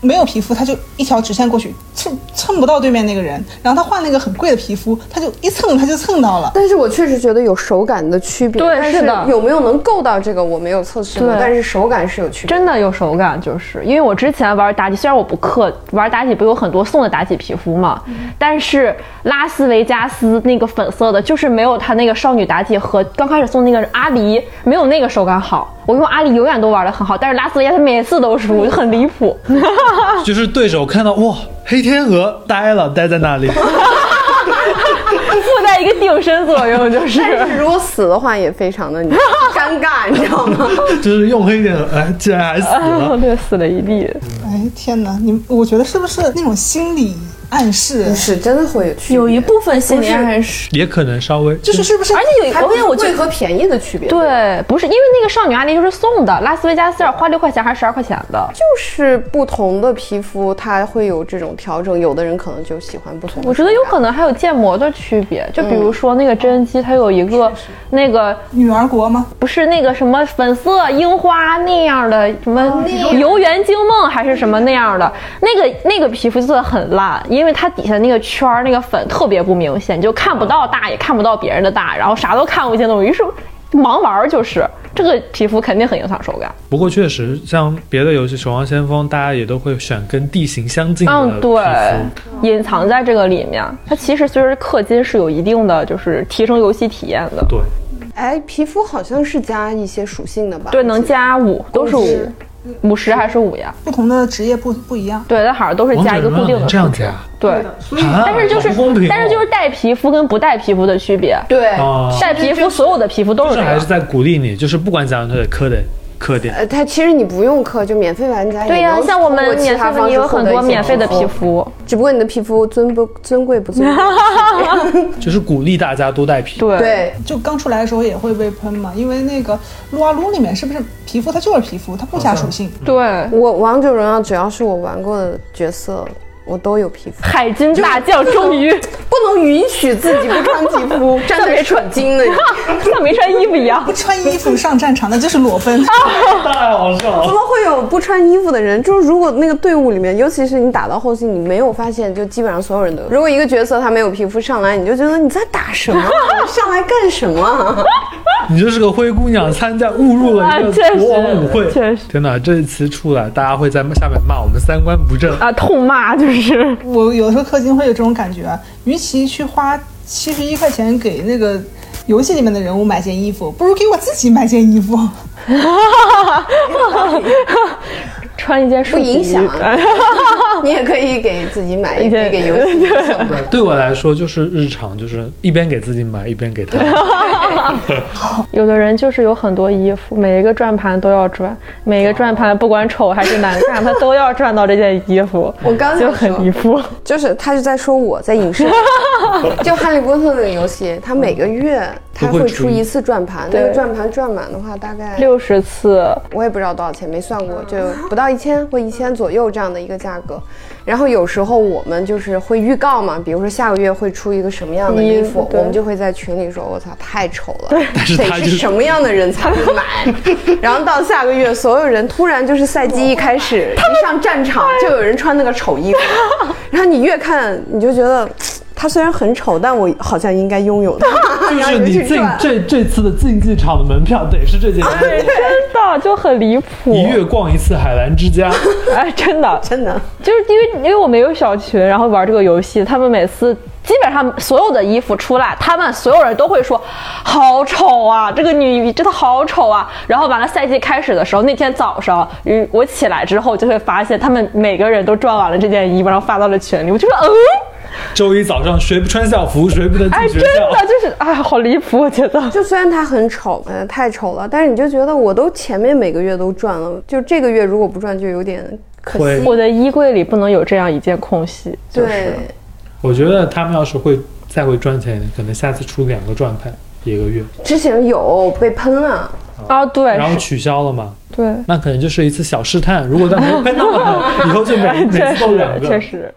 [SPEAKER 4] 没有皮肤，他就一条直线过去，蹭蹭不到对面那个人。然后他换了一个很贵的皮肤，他就一蹭，他就蹭到了。
[SPEAKER 1] 但是我确实觉得有手感的区别。
[SPEAKER 3] 对
[SPEAKER 1] 但
[SPEAKER 3] 是的
[SPEAKER 1] 有没有能够到这个我没有测试过
[SPEAKER 3] 对，
[SPEAKER 1] 但是手感是有区别。
[SPEAKER 3] 真的有手感，就是因为我之前玩妲己，虽然我不氪，玩妲己不有很多送的妲己皮肤嘛，但是拉斯维加斯那个粉色的，就是没有它那个少女妲己和刚开始送那个阿离没有那个手感好。我用阿离永远都玩的很好，但是拉斯维加斯每次都输，就很离谱。
[SPEAKER 2] 就是对手看到哇黑天鹅呆了，呆在那里。
[SPEAKER 3] 附带一个定身作用，就是。
[SPEAKER 1] 但是如果死的话也非常的尴尬，你知道吗？
[SPEAKER 2] 就是用黑天鹅，哎，竟然还死 了。
[SPEAKER 3] 对，死了一地。
[SPEAKER 4] 哎，天哪！你我觉得是不是那种心理暗 示？
[SPEAKER 1] 是真的会有区别，
[SPEAKER 5] 有一部分心理暗示，
[SPEAKER 2] 也可能稍微，
[SPEAKER 4] 就是是不是？
[SPEAKER 5] 而且有一
[SPEAKER 1] 还
[SPEAKER 5] 而且我觉
[SPEAKER 1] 贵
[SPEAKER 5] 得
[SPEAKER 1] 和便宜的区别。
[SPEAKER 3] 对，不是因为那个少女阿丽就是送的，拉斯维加斯要花六块钱还是十二块钱的？
[SPEAKER 1] 就是不同的皮肤，它会有这种调整，有的人可能就喜欢不同的手感。
[SPEAKER 3] 我觉得有可能还有建模的区别，就比如说那个真姬，它有一个那个
[SPEAKER 4] 女儿国吗？
[SPEAKER 3] 不是那个什么粉色樱花那样的什
[SPEAKER 2] 哦
[SPEAKER 3] 么游园惊梦还是什么那样的，那个那个皮肤色很烂，因为它底下那个圈儿那个粉特别不明显，你就看不到大也看不到别人的大，然后啥都看不清楚，于是盲玩儿就是这个皮肤肯定很影响手感。
[SPEAKER 2] 不过确实像别的游戏《守望先锋》，大家也都会选跟地形相近的
[SPEAKER 3] 嗯，
[SPEAKER 2] 皮
[SPEAKER 3] 对
[SPEAKER 2] 肤。，
[SPEAKER 3] 隐藏在这个里面，它其实随着氪金是有一定的就是提升游戏体验的。
[SPEAKER 2] 对，
[SPEAKER 1] 哎，皮肤好像是加一些属性的吧？
[SPEAKER 2] 哦
[SPEAKER 3] 对，能加五，都是
[SPEAKER 1] 五
[SPEAKER 3] 五。五十还是五呀？
[SPEAKER 4] 不同的职业不不一样。
[SPEAKER 3] 对，但好像都是
[SPEAKER 2] 王
[SPEAKER 3] 加
[SPEAKER 2] 者
[SPEAKER 3] 一个
[SPEAKER 2] 荣
[SPEAKER 3] 固
[SPEAKER 2] 耀
[SPEAKER 3] 定的
[SPEAKER 2] 能这样加，
[SPEAKER 3] 对，
[SPEAKER 4] 的，所以
[SPEAKER 2] 啊
[SPEAKER 3] 嗯但是就是
[SPEAKER 2] 好不公平哦
[SPEAKER 3] 但是就是带皮肤跟不带皮肤的区别，
[SPEAKER 1] 对，
[SPEAKER 2] 啊，
[SPEAKER 3] 带皮肤所有的皮肤都是
[SPEAKER 2] 这
[SPEAKER 3] 这
[SPEAKER 2] 还
[SPEAKER 3] 样
[SPEAKER 2] 是。在鼓励你，就是不管怎样都得磕的磕点。
[SPEAKER 1] 呃，它其实你不用氪，就免费玩家也
[SPEAKER 3] 对呀、
[SPEAKER 1] 能
[SPEAKER 3] 像我
[SPEAKER 1] 通
[SPEAKER 3] 们
[SPEAKER 1] 过其
[SPEAKER 3] 免
[SPEAKER 1] 他
[SPEAKER 3] 费
[SPEAKER 1] 方
[SPEAKER 3] 的也
[SPEAKER 1] 式
[SPEAKER 3] 有
[SPEAKER 1] 获
[SPEAKER 3] 很
[SPEAKER 1] 得
[SPEAKER 3] 多
[SPEAKER 1] 一些
[SPEAKER 3] 免费的
[SPEAKER 1] 皮
[SPEAKER 3] 皮，肤，
[SPEAKER 1] 只不过你的皮肤尊不尊贵不尊 贵。
[SPEAKER 2] 就是鼓励大家多带皮。
[SPEAKER 3] 对
[SPEAKER 1] 对，
[SPEAKER 4] 就刚出来的时候也会被喷嘛，因为那个撸啊撸里面是不是皮肤它就是皮肤，它不加属性。
[SPEAKER 3] 对
[SPEAKER 1] 我王者荣耀只要是我玩过的角色，我都有皮肤，
[SPEAKER 3] 海军大将 终于
[SPEAKER 1] 不能允许自己不穿皮 肤，站在蠢精那里。
[SPEAKER 3] 像没穿衣服一样。
[SPEAKER 4] 不穿衣服上战场，那就是裸奔。
[SPEAKER 2] 太好笑
[SPEAKER 1] 怎
[SPEAKER 2] 了。
[SPEAKER 1] 么会有不穿衣服的人？就是如果那个队伍里面，尤其是你打到后期，你没有发现，就基本上所有人都有。如果一个角色他没有皮肤上来，你就觉得你在打什么？你上来干什么？ 啊
[SPEAKER 2] 你就是个灰姑娘，参加误入了一
[SPEAKER 3] 啊
[SPEAKER 2] 个
[SPEAKER 3] 确实
[SPEAKER 2] 国王舞会。
[SPEAKER 3] 确实
[SPEAKER 2] 天哪，这一期出来，大家会在下面骂我们三观不 正。
[SPEAKER 3] 啊，痛骂就是
[SPEAKER 4] 我有时候氪金会有这种感觉啊，与其去花七十一块钱给那个游戏里面的人物买件衣服，不如给我自己买件衣服。
[SPEAKER 3] 穿一件
[SPEAKER 1] 不
[SPEAKER 3] 树皮哎
[SPEAKER 1] 影响，啊 你也可以给自己买，也可以给游戏上 面。
[SPEAKER 2] 对我来说，就是日常，就是一边给自己买，一边给 他。
[SPEAKER 3] 有的人就是有很多衣服，每一个转盘都要转，每一个转盘不管丑还是难看，他都要转到这件衣服，
[SPEAKER 1] 我刚才
[SPEAKER 3] 就很
[SPEAKER 1] 说
[SPEAKER 3] 衣服。
[SPEAKER 1] 就是他是在说我在影射我，就《哈利波特》那个游戏，它每个月它
[SPEAKER 2] 都会
[SPEAKER 1] 会
[SPEAKER 2] 出
[SPEAKER 1] 出
[SPEAKER 2] 一
[SPEAKER 1] 一次转盘，那
[SPEAKER 3] 对
[SPEAKER 1] 个转盘转满的话，大概
[SPEAKER 3] 六十次，
[SPEAKER 1] 我也不知道多少钱，没算过，
[SPEAKER 2] 嗯
[SPEAKER 1] 就不到一千或一千左右这样的一个价格。然后有时候我们就是会预告嘛，比如说下个月会出一个什么样的衣服
[SPEAKER 3] 衣，
[SPEAKER 2] 嗯
[SPEAKER 1] 我
[SPEAKER 3] 对
[SPEAKER 1] 们就会在群里说：“我操，太丑了，
[SPEAKER 2] 是他
[SPEAKER 1] 得
[SPEAKER 2] 就是
[SPEAKER 1] 是什么样的人才会买？”然后到下个月，所有人突然就是赛季一开始， 一上战场就有人穿那个丑衣服，然后你越看你就觉得。他虽然很丑，但我好像应该拥有 它。
[SPEAKER 2] 就
[SPEAKER 1] 然后
[SPEAKER 2] 是
[SPEAKER 1] 就
[SPEAKER 2] 你
[SPEAKER 1] 去
[SPEAKER 2] 进
[SPEAKER 1] 转
[SPEAKER 2] 这这次的竞技场的门票得是这件
[SPEAKER 3] 哎
[SPEAKER 2] 衣服。
[SPEAKER 3] 真的就很离
[SPEAKER 2] 一
[SPEAKER 3] 谱。
[SPEAKER 2] 月逛一次海澜之 家，
[SPEAKER 3] 哎，真的，
[SPEAKER 1] 真的，
[SPEAKER 3] 就是因为因为我们有小群，然后玩这个游戏，他们每次基本上所有的衣服出来，他们所有人都会说好丑啊，这个女真的好丑啊。然后完了赛季开始的时候，那天早上，嗯，我起来之后就会发现他们每个人都转完了这件衣服，然后发到了群里，我就说嗯，
[SPEAKER 2] 周一早上谁不穿校服，谁不能
[SPEAKER 3] 哎，
[SPEAKER 2] 进学
[SPEAKER 3] 真
[SPEAKER 2] 校。
[SPEAKER 3] 的就是哎，好离谱，我觉得。
[SPEAKER 1] 就虽然它很丑，呃，太丑了，但是你就觉得我都前面每个月都赚了，就这个月如果不赚就有点可
[SPEAKER 2] 亏
[SPEAKER 1] 惜。
[SPEAKER 3] 我的衣柜里不能有这样一件空隙，就是
[SPEAKER 1] 对，
[SPEAKER 2] 我觉得他们要是会再会赚钱一点，可能下次出两个转盘一个月，
[SPEAKER 1] 之前有被喷了，
[SPEAKER 3] 啊，对
[SPEAKER 2] 然后
[SPEAKER 3] 是
[SPEAKER 2] 取消了嘛，
[SPEAKER 3] 对，
[SPEAKER 2] 那可能就是一次小试探。如果他没 有喷到哎的话，以后就每每
[SPEAKER 3] 确
[SPEAKER 2] 次都两
[SPEAKER 3] 实
[SPEAKER 2] 个。
[SPEAKER 3] 确实。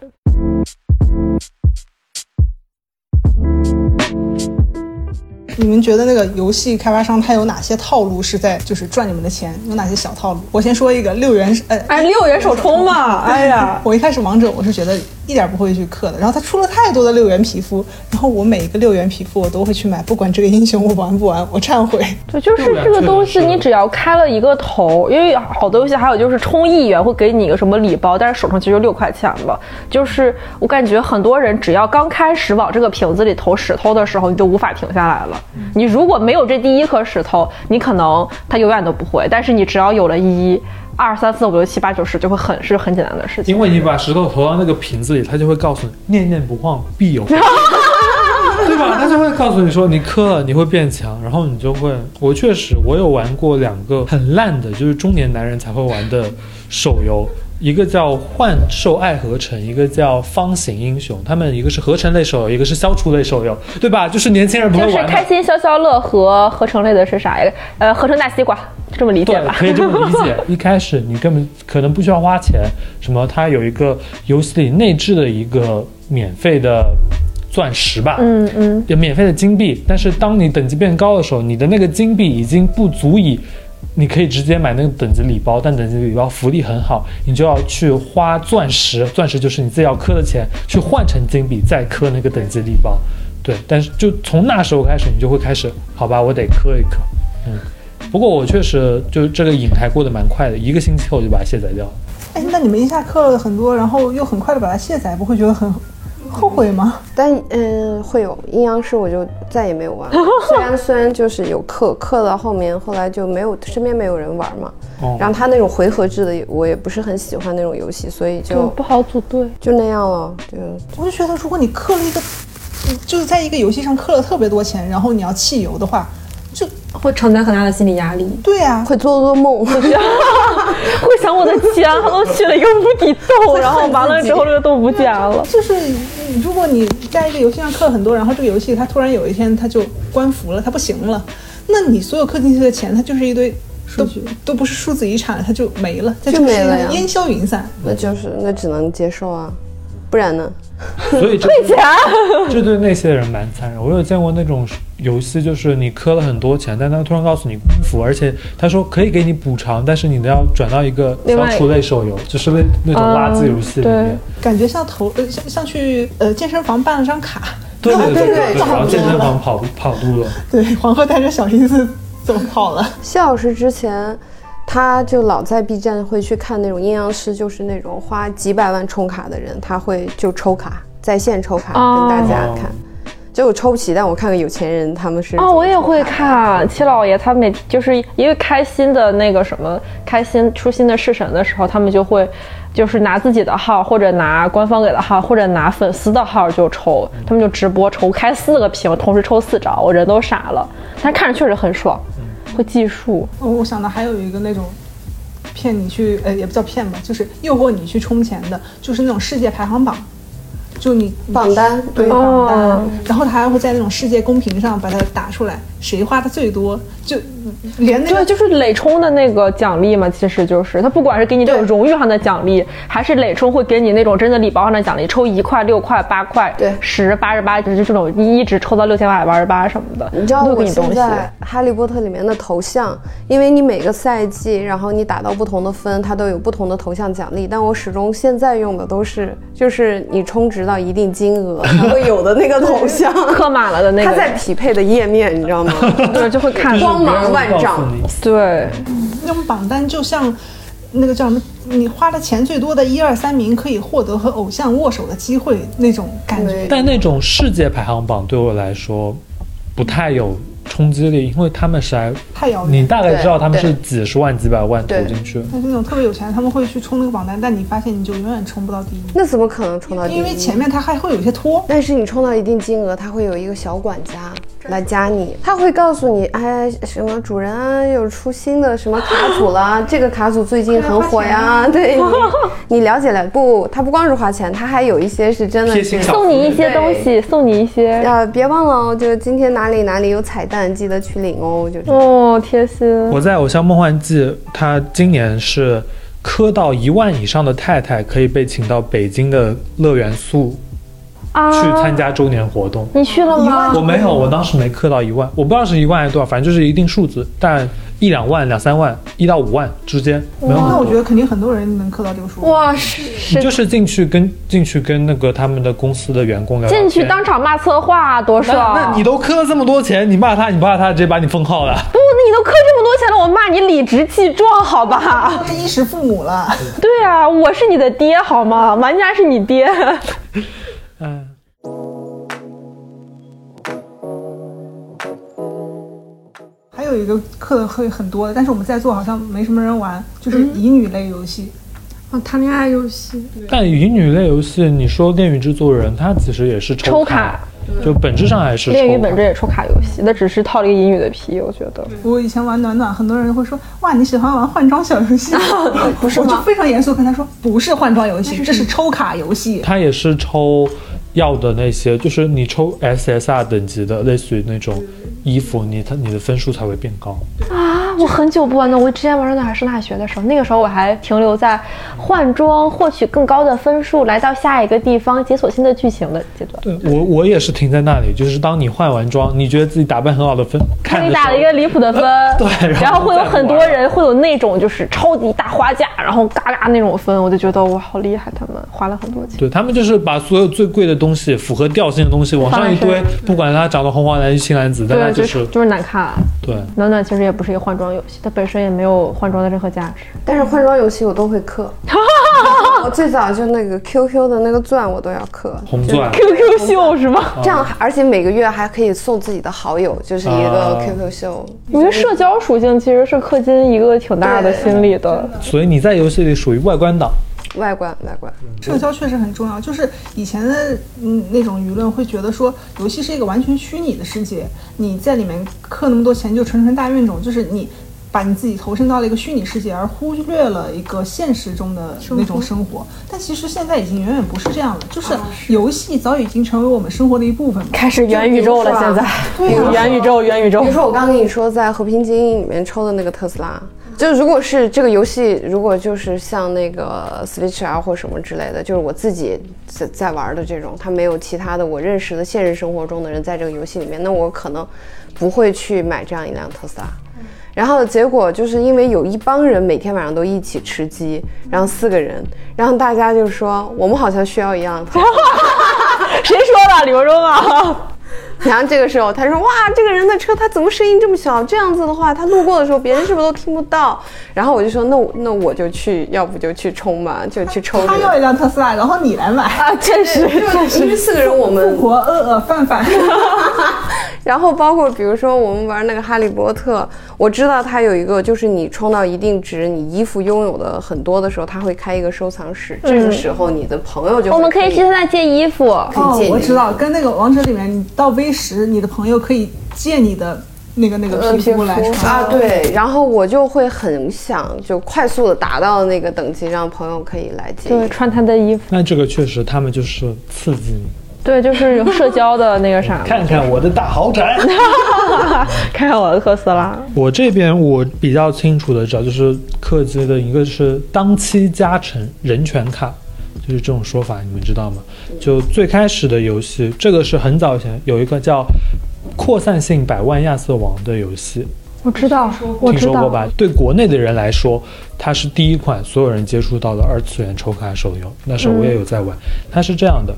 [SPEAKER 4] 你们觉得那个游戏开发商他有哪些套路是在就是赚你们的钱？有哪些小套路？我先说一个六元，呃，
[SPEAKER 3] 哎，六元首充嘛，哎呀。
[SPEAKER 4] 我一开始王者我是觉得一点不会去氪的，然后他出了太多的六元皮肤，然后我每一个六元皮肤我都会去买，不管这个英雄我玩不玩，我忏悔。
[SPEAKER 3] 对，就是
[SPEAKER 2] 对啊
[SPEAKER 3] 这个
[SPEAKER 2] 确
[SPEAKER 3] 东
[SPEAKER 2] 实
[SPEAKER 3] 西，
[SPEAKER 2] 是
[SPEAKER 3] 你
[SPEAKER 2] 的
[SPEAKER 3] 只要开了一个头，因为好多游戏还有就是充一元会给你一个什么礼包，但是手上其实就六块钱了。就是我感觉很多人只要刚开始往这个瓶子里投石头的时候，你就无法停下来了。
[SPEAKER 2] 嗯
[SPEAKER 3] 你如果没有这第一颗石头，你可能它永远都不会。但是你只要有了一、二、三、四、五、六、七、八、九、十，就会很是很简单的事情。
[SPEAKER 2] 因为你把石头投到那个瓶子里，它就会告诉你“念念不忘，必有回 音”，对吧？它就会告诉你说你磕了，你会变强，然后你就会。我确实，我有玩过两个很烂的，就是中年男人才会玩的手游，一个叫《幻兽爱合成》，一个叫《方形英雄》，他们一个是合成类手游，一个是消除类手游，对吧？就是年轻人不会
[SPEAKER 3] 就是
[SPEAKER 2] 玩的
[SPEAKER 3] 开。心消消乐和合成类的是啥呀？呃，合成大西瓜，就这么理解
[SPEAKER 2] 对，
[SPEAKER 3] 吧。
[SPEAKER 2] 可以这么理解。一开始你根本可能不需要花钱，什么它有一个游戏里内置的一个免费的钻石吧，
[SPEAKER 3] 嗯嗯，
[SPEAKER 2] 有免费的金币。但是当你等级变高的时候，你的那个金币已经不足以。你可以直接买那个等级礼包，但等级礼包福利很好，你就要去花钻石，钻石就是你自己要氪的钱，去换成金币再氪那个等级礼包。对，但是就从那时候开始，你就会开始，好吧，我得氪一氪。不过我确实就是这个瘾还过得蛮快的，一个星期后就把它卸载掉了。
[SPEAKER 4] 哎，那你们一下氪了很多，然后又很快的把它卸载，不会觉得很后悔吗？
[SPEAKER 1] 但嗯，会有阴阳师，我就再也没有 玩了。虽然虽然就是有课，课到后面后来就没有身边没有人玩嘛。
[SPEAKER 2] 哦
[SPEAKER 1] 然后他那种回合制的也，我也不是很喜欢那种游戏，所以就
[SPEAKER 5] 不好组队。
[SPEAKER 1] 就那样了。就
[SPEAKER 4] 我就觉得，如果你氪了一个，就是在一个游戏上氪了特别多钱，然后你要弃游的话，就
[SPEAKER 6] 会承担很大的心理压力。
[SPEAKER 4] 对呀、
[SPEAKER 1] 会做噩梦，
[SPEAKER 5] 会想我的钱，他都去了一个无底洞，然后完了之后这个洞不见了。
[SPEAKER 4] 就是嗯如果你在一个游戏上氪了很多，然后这个游戏它突然有一天它就关服了，它不行了，那你所有氪进去的钱，它就是一堆都都不是数字遗产，它就没了，它
[SPEAKER 1] 就没了呀
[SPEAKER 4] 是烟消云散。
[SPEAKER 1] 那就是那只能接受啊，不然呢？
[SPEAKER 2] 所以这退钱，这对那些人蛮残忍。我有见过那种游戏，就是你氪了很多钱，但他突然告诉你不服，而且他说可以给你补偿，但是你要转到一个
[SPEAKER 3] 另
[SPEAKER 2] 消
[SPEAKER 3] 外
[SPEAKER 2] 除类手游，就是那那种垃圾游戏里面。
[SPEAKER 4] 感觉像投呃像像去呃健身房办了张卡，
[SPEAKER 2] 对对对对，
[SPEAKER 4] 早
[SPEAKER 2] 然后
[SPEAKER 4] 就
[SPEAKER 2] 健身
[SPEAKER 4] 了
[SPEAKER 2] 房跑跑路了。
[SPEAKER 4] 对，皇后带着小姨子走跑了。
[SPEAKER 1] 谢老师之前，他就老在 B 站会去看那种阴阳师，就是那种花几百万充卡的人，他会就抽卡，在线抽卡
[SPEAKER 3] 哦
[SPEAKER 1] 跟大家看。结果抽不起，但我看看有钱人他们是
[SPEAKER 3] 哦，我也会看七老爷，他每就是因为开新的那个什么，开新出新的式神的时候，他们就会就是拿自己的号，或者拿官方给的号，或者拿粉丝的号就抽，他们就直播抽开四个屏，同时抽四张，我人都傻了，但看着确实很爽，会计数。
[SPEAKER 4] 哦，我想到还有一个那种骗你去，呃，也不叫骗吧，就是诱惑你去充钱的，就是那种世界排行榜，就你
[SPEAKER 1] 榜单
[SPEAKER 4] 对
[SPEAKER 1] 对
[SPEAKER 4] 榜单，然后他还会在那种世界公屏上把它打出来，谁花的最多，就连那
[SPEAKER 3] 对，
[SPEAKER 4] 个
[SPEAKER 3] 就是累充的那个奖励嘛，其实就是他不管是给你这种
[SPEAKER 4] 对
[SPEAKER 3] 荣誉上的奖励，还是累充会给你那种真的礼包上的奖励，抽一块、六块、八块、
[SPEAKER 1] 对
[SPEAKER 3] 十、八十八，就是这种一直抽到六千八百八十八什么的，
[SPEAKER 1] 你知道
[SPEAKER 3] 都会
[SPEAKER 1] 我
[SPEAKER 3] 给你东
[SPEAKER 1] 现
[SPEAKER 3] 西。
[SPEAKER 1] 在《哈利波特》里面的头像，因为你每个赛季，然后你打到不同的分，它都有不同的头像奖励。但我始终现在用的都是，就是你充值到一定金额，它会有的那个头像，
[SPEAKER 3] 刻满了的那个，
[SPEAKER 1] 它在匹配的页面，你知道 吗？
[SPEAKER 3] 对就会看
[SPEAKER 1] 光芒万
[SPEAKER 2] 告诉
[SPEAKER 1] 丈
[SPEAKER 2] 你，
[SPEAKER 3] 对，
[SPEAKER 4] 那种榜单，就像那个叫什么，你花的钱最多的一二三名可以获得和偶像握手的机会那种感觉。
[SPEAKER 2] 但那种世界排行榜对我来说不太有冲击力，因为他们实在
[SPEAKER 4] 太遥远
[SPEAKER 2] 你大概知道他们是几十万、几百万投
[SPEAKER 1] 对
[SPEAKER 2] 进去。
[SPEAKER 4] 但是那种特别有钱的，他们会去冲那个榜单，但你发现你就永远冲不到第一，
[SPEAKER 1] 那怎么可能充到第一？
[SPEAKER 4] 因为前面他还会有一些拖。
[SPEAKER 1] 但是你充到一定金额，他会有一个小管家来加你，他会告诉你，哎，什么主人啊，有出新的什么卡组 啦，这个卡组最近很火呀， 对你，你了解了不？他不光是花钱，他还有一些是真的
[SPEAKER 2] 贴
[SPEAKER 1] 是
[SPEAKER 2] 心。小
[SPEAKER 3] 送你一些东西，送你一些，
[SPEAKER 1] 呃，别忘了哦，就是今天哪里哪里有彩蛋，记得去领哦。就这样，
[SPEAKER 3] 哦，贴心。
[SPEAKER 2] 我在《偶像梦幻季》，它今年是磕到一万以上的太太可以被请到北京的乐园宿
[SPEAKER 3] 啊
[SPEAKER 2] 去参加周年活动。
[SPEAKER 3] 你去了
[SPEAKER 5] 啊
[SPEAKER 3] 吗？
[SPEAKER 2] 我没有，我当时没磕到一万，我不知道是一万还是多少，反正就是一定数字，但一两万、两三万、一到五万之间，没有很
[SPEAKER 4] 那我
[SPEAKER 2] 多
[SPEAKER 4] 觉得肯定很多人能氪到这个数。
[SPEAKER 5] 哇，是
[SPEAKER 2] 你就是进去跟进去跟那个他们的公司的员工聊聊天
[SPEAKER 3] 进去当场骂策划，啊多
[SPEAKER 2] 那
[SPEAKER 3] 爽！
[SPEAKER 2] 那你都磕了这么多钱，你骂他，你骂他，直接把你封号了。
[SPEAKER 3] 不，那你都氪这么多钱了，我骂你理直气壮，好吧？
[SPEAKER 4] 啊他是衣食父母了，
[SPEAKER 3] 对啊，我是你的爹好吗？玩家是你爹。
[SPEAKER 2] 嗯，
[SPEAKER 4] 还有一个氪的会很多的，但是我们在座好像没什么人玩，就是乙女类游戏。
[SPEAKER 6] 啊，谈恋爱游戏，
[SPEAKER 2] 但乙女类游戏，你说《恋与制作人》，它其实也是
[SPEAKER 3] 抽
[SPEAKER 2] 卡
[SPEAKER 3] 卡，
[SPEAKER 2] 就本质上还是抽
[SPEAKER 3] 恋与
[SPEAKER 2] 卡
[SPEAKER 3] 本质也抽卡游戏，那只是套了一个乙女的皮，我觉得。
[SPEAKER 4] 我以前玩暖暖，很多人会说哇你喜欢玩换装小游戏，不是我就非常严肃地跟他说不是换装游戏，这是抽卡游戏。
[SPEAKER 2] 它也是抽要的那些，就是你抽 SSR 等级的，类似于那种衣服，你它你的分数才会变高。
[SPEAKER 3] 啊，我很久不玩了，我之前玩的还是大学的时候，那个时候我还停留在换装获取更高的分数，来到下一个地方解锁新的剧情的阶段。
[SPEAKER 2] 对我我也是停在那里，就是当你换完妆，你觉得自己打扮很好的分，看
[SPEAKER 3] 你
[SPEAKER 2] 的时
[SPEAKER 3] 打了一个
[SPEAKER 2] 候，
[SPEAKER 3] 离谱的分，
[SPEAKER 2] 对然后
[SPEAKER 3] 然后会有
[SPEAKER 2] 再
[SPEAKER 3] 很多
[SPEAKER 2] 玩
[SPEAKER 3] 人会有那种就是超级大花架，然后嘎嘎那种分，我就觉得哇，好厉害，他们花了很多钱。
[SPEAKER 2] 对他们就是把所有最贵的东西、符合调性的东西往上一
[SPEAKER 3] 放在
[SPEAKER 2] 堆，不管它长得红黄蓝青蓝紫，但它
[SPEAKER 3] 对，就
[SPEAKER 2] 就是
[SPEAKER 3] 就是难看。啊
[SPEAKER 2] 对。
[SPEAKER 3] 暖暖其实也不是一个换装游戏，它本身也没有换装的任何价值。
[SPEAKER 1] 但是换装游戏我都会氪，我最早就那个 QQ 的那个钻我都要氪，
[SPEAKER 2] 红钻
[SPEAKER 3] QQ 秀是吗？
[SPEAKER 1] 这样，而且每个月还可以送自己的好友，就是一个
[SPEAKER 2] 啊
[SPEAKER 1] QQ 秀。
[SPEAKER 3] 我觉得社交属性其实是氪金一个挺大的心理的。
[SPEAKER 2] 所以你在游戏里属于外观党，
[SPEAKER 1] 外观，外观，
[SPEAKER 4] 社交确实很重要，就是以前的嗯那种舆论会觉得说，游戏是一个完全虚拟的世界，你在里面氪那么多钱就纯纯大运动，就是你把你自己投身到了一个虚拟世界，而忽略了一个现实中的那种生活。但其实现在已经远远不是这样了，就是游戏早已经成为我们生活的一部分了。
[SPEAKER 3] 开始元宇宙了，现在
[SPEAKER 4] 对啊
[SPEAKER 3] 元宇宙，元宇宙
[SPEAKER 1] 比如。说我刚跟你说在《和平精英》里面抽的那个特斯拉，就如果是这个游戏，如果就是像那个 Switch 啊或什么之类的，就是我自己在在玩的这种，它没有其他的我认识的现实生活中的人在这个游戏里面，那我可能不会去买这样一辆特斯拉。然后结果就是因为有一帮人每天晚上都一起吃鸡，然后四个人，然后大家就说我们好像需要一辆特斯拉
[SPEAKER 3] 谁说的？李国忠啊？
[SPEAKER 1] 然后这个时候他说：“哇，这个人的车他怎么声音这么小？这样子的话，他路过的时候别人是不是都听不到？”然后我就说：“那我那我就去，要不就去充嘛，就去抽这
[SPEAKER 4] 他
[SPEAKER 1] 个。
[SPEAKER 4] 要一辆特斯拉，然后你来买，
[SPEAKER 1] 啊，确实，因为四个人我们
[SPEAKER 4] 富婆呃呃范范。
[SPEAKER 1] 然后包括比如说我们玩那个《哈利波特》，我知道它有一个，就是你充到一定值，你衣服拥有的很多的时候，它会开一个收藏室。这
[SPEAKER 4] 嗯
[SPEAKER 1] 个时候你的朋友就会
[SPEAKER 3] 我们可以去他那借衣服。
[SPEAKER 1] 可以借你
[SPEAKER 4] 哦，我知道，跟那个王者里面，你到 V 十，你的朋友可以借你的那个那个皮肤来穿。
[SPEAKER 1] 啊，对，然后我就会很想就快速的达到那个等级，让朋友可以来接
[SPEAKER 3] 对，
[SPEAKER 1] 应。
[SPEAKER 3] 穿他的衣服。
[SPEAKER 2] 那这个确实他们就是刺激你，。
[SPEAKER 3] 对，就是有社交的那个啥
[SPEAKER 2] 看看我的大豪 宅。
[SPEAKER 3] 看看我的特斯拉。
[SPEAKER 2] 我这边我比较清楚的知道，就是氪金的一个是当期加成人权卡，就是这种说法，你们知道吗？就最开始的游戏，这个是很早以前有一个叫《扩散性百万亚瑟王》的游戏，
[SPEAKER 3] 我知道，我
[SPEAKER 2] 听
[SPEAKER 3] 知
[SPEAKER 2] 说过
[SPEAKER 3] 道。
[SPEAKER 2] 吧？对国内的人来说，它是第一款所有人接触到的二次元抽卡手游。那时候我也有在玩，它是这样的：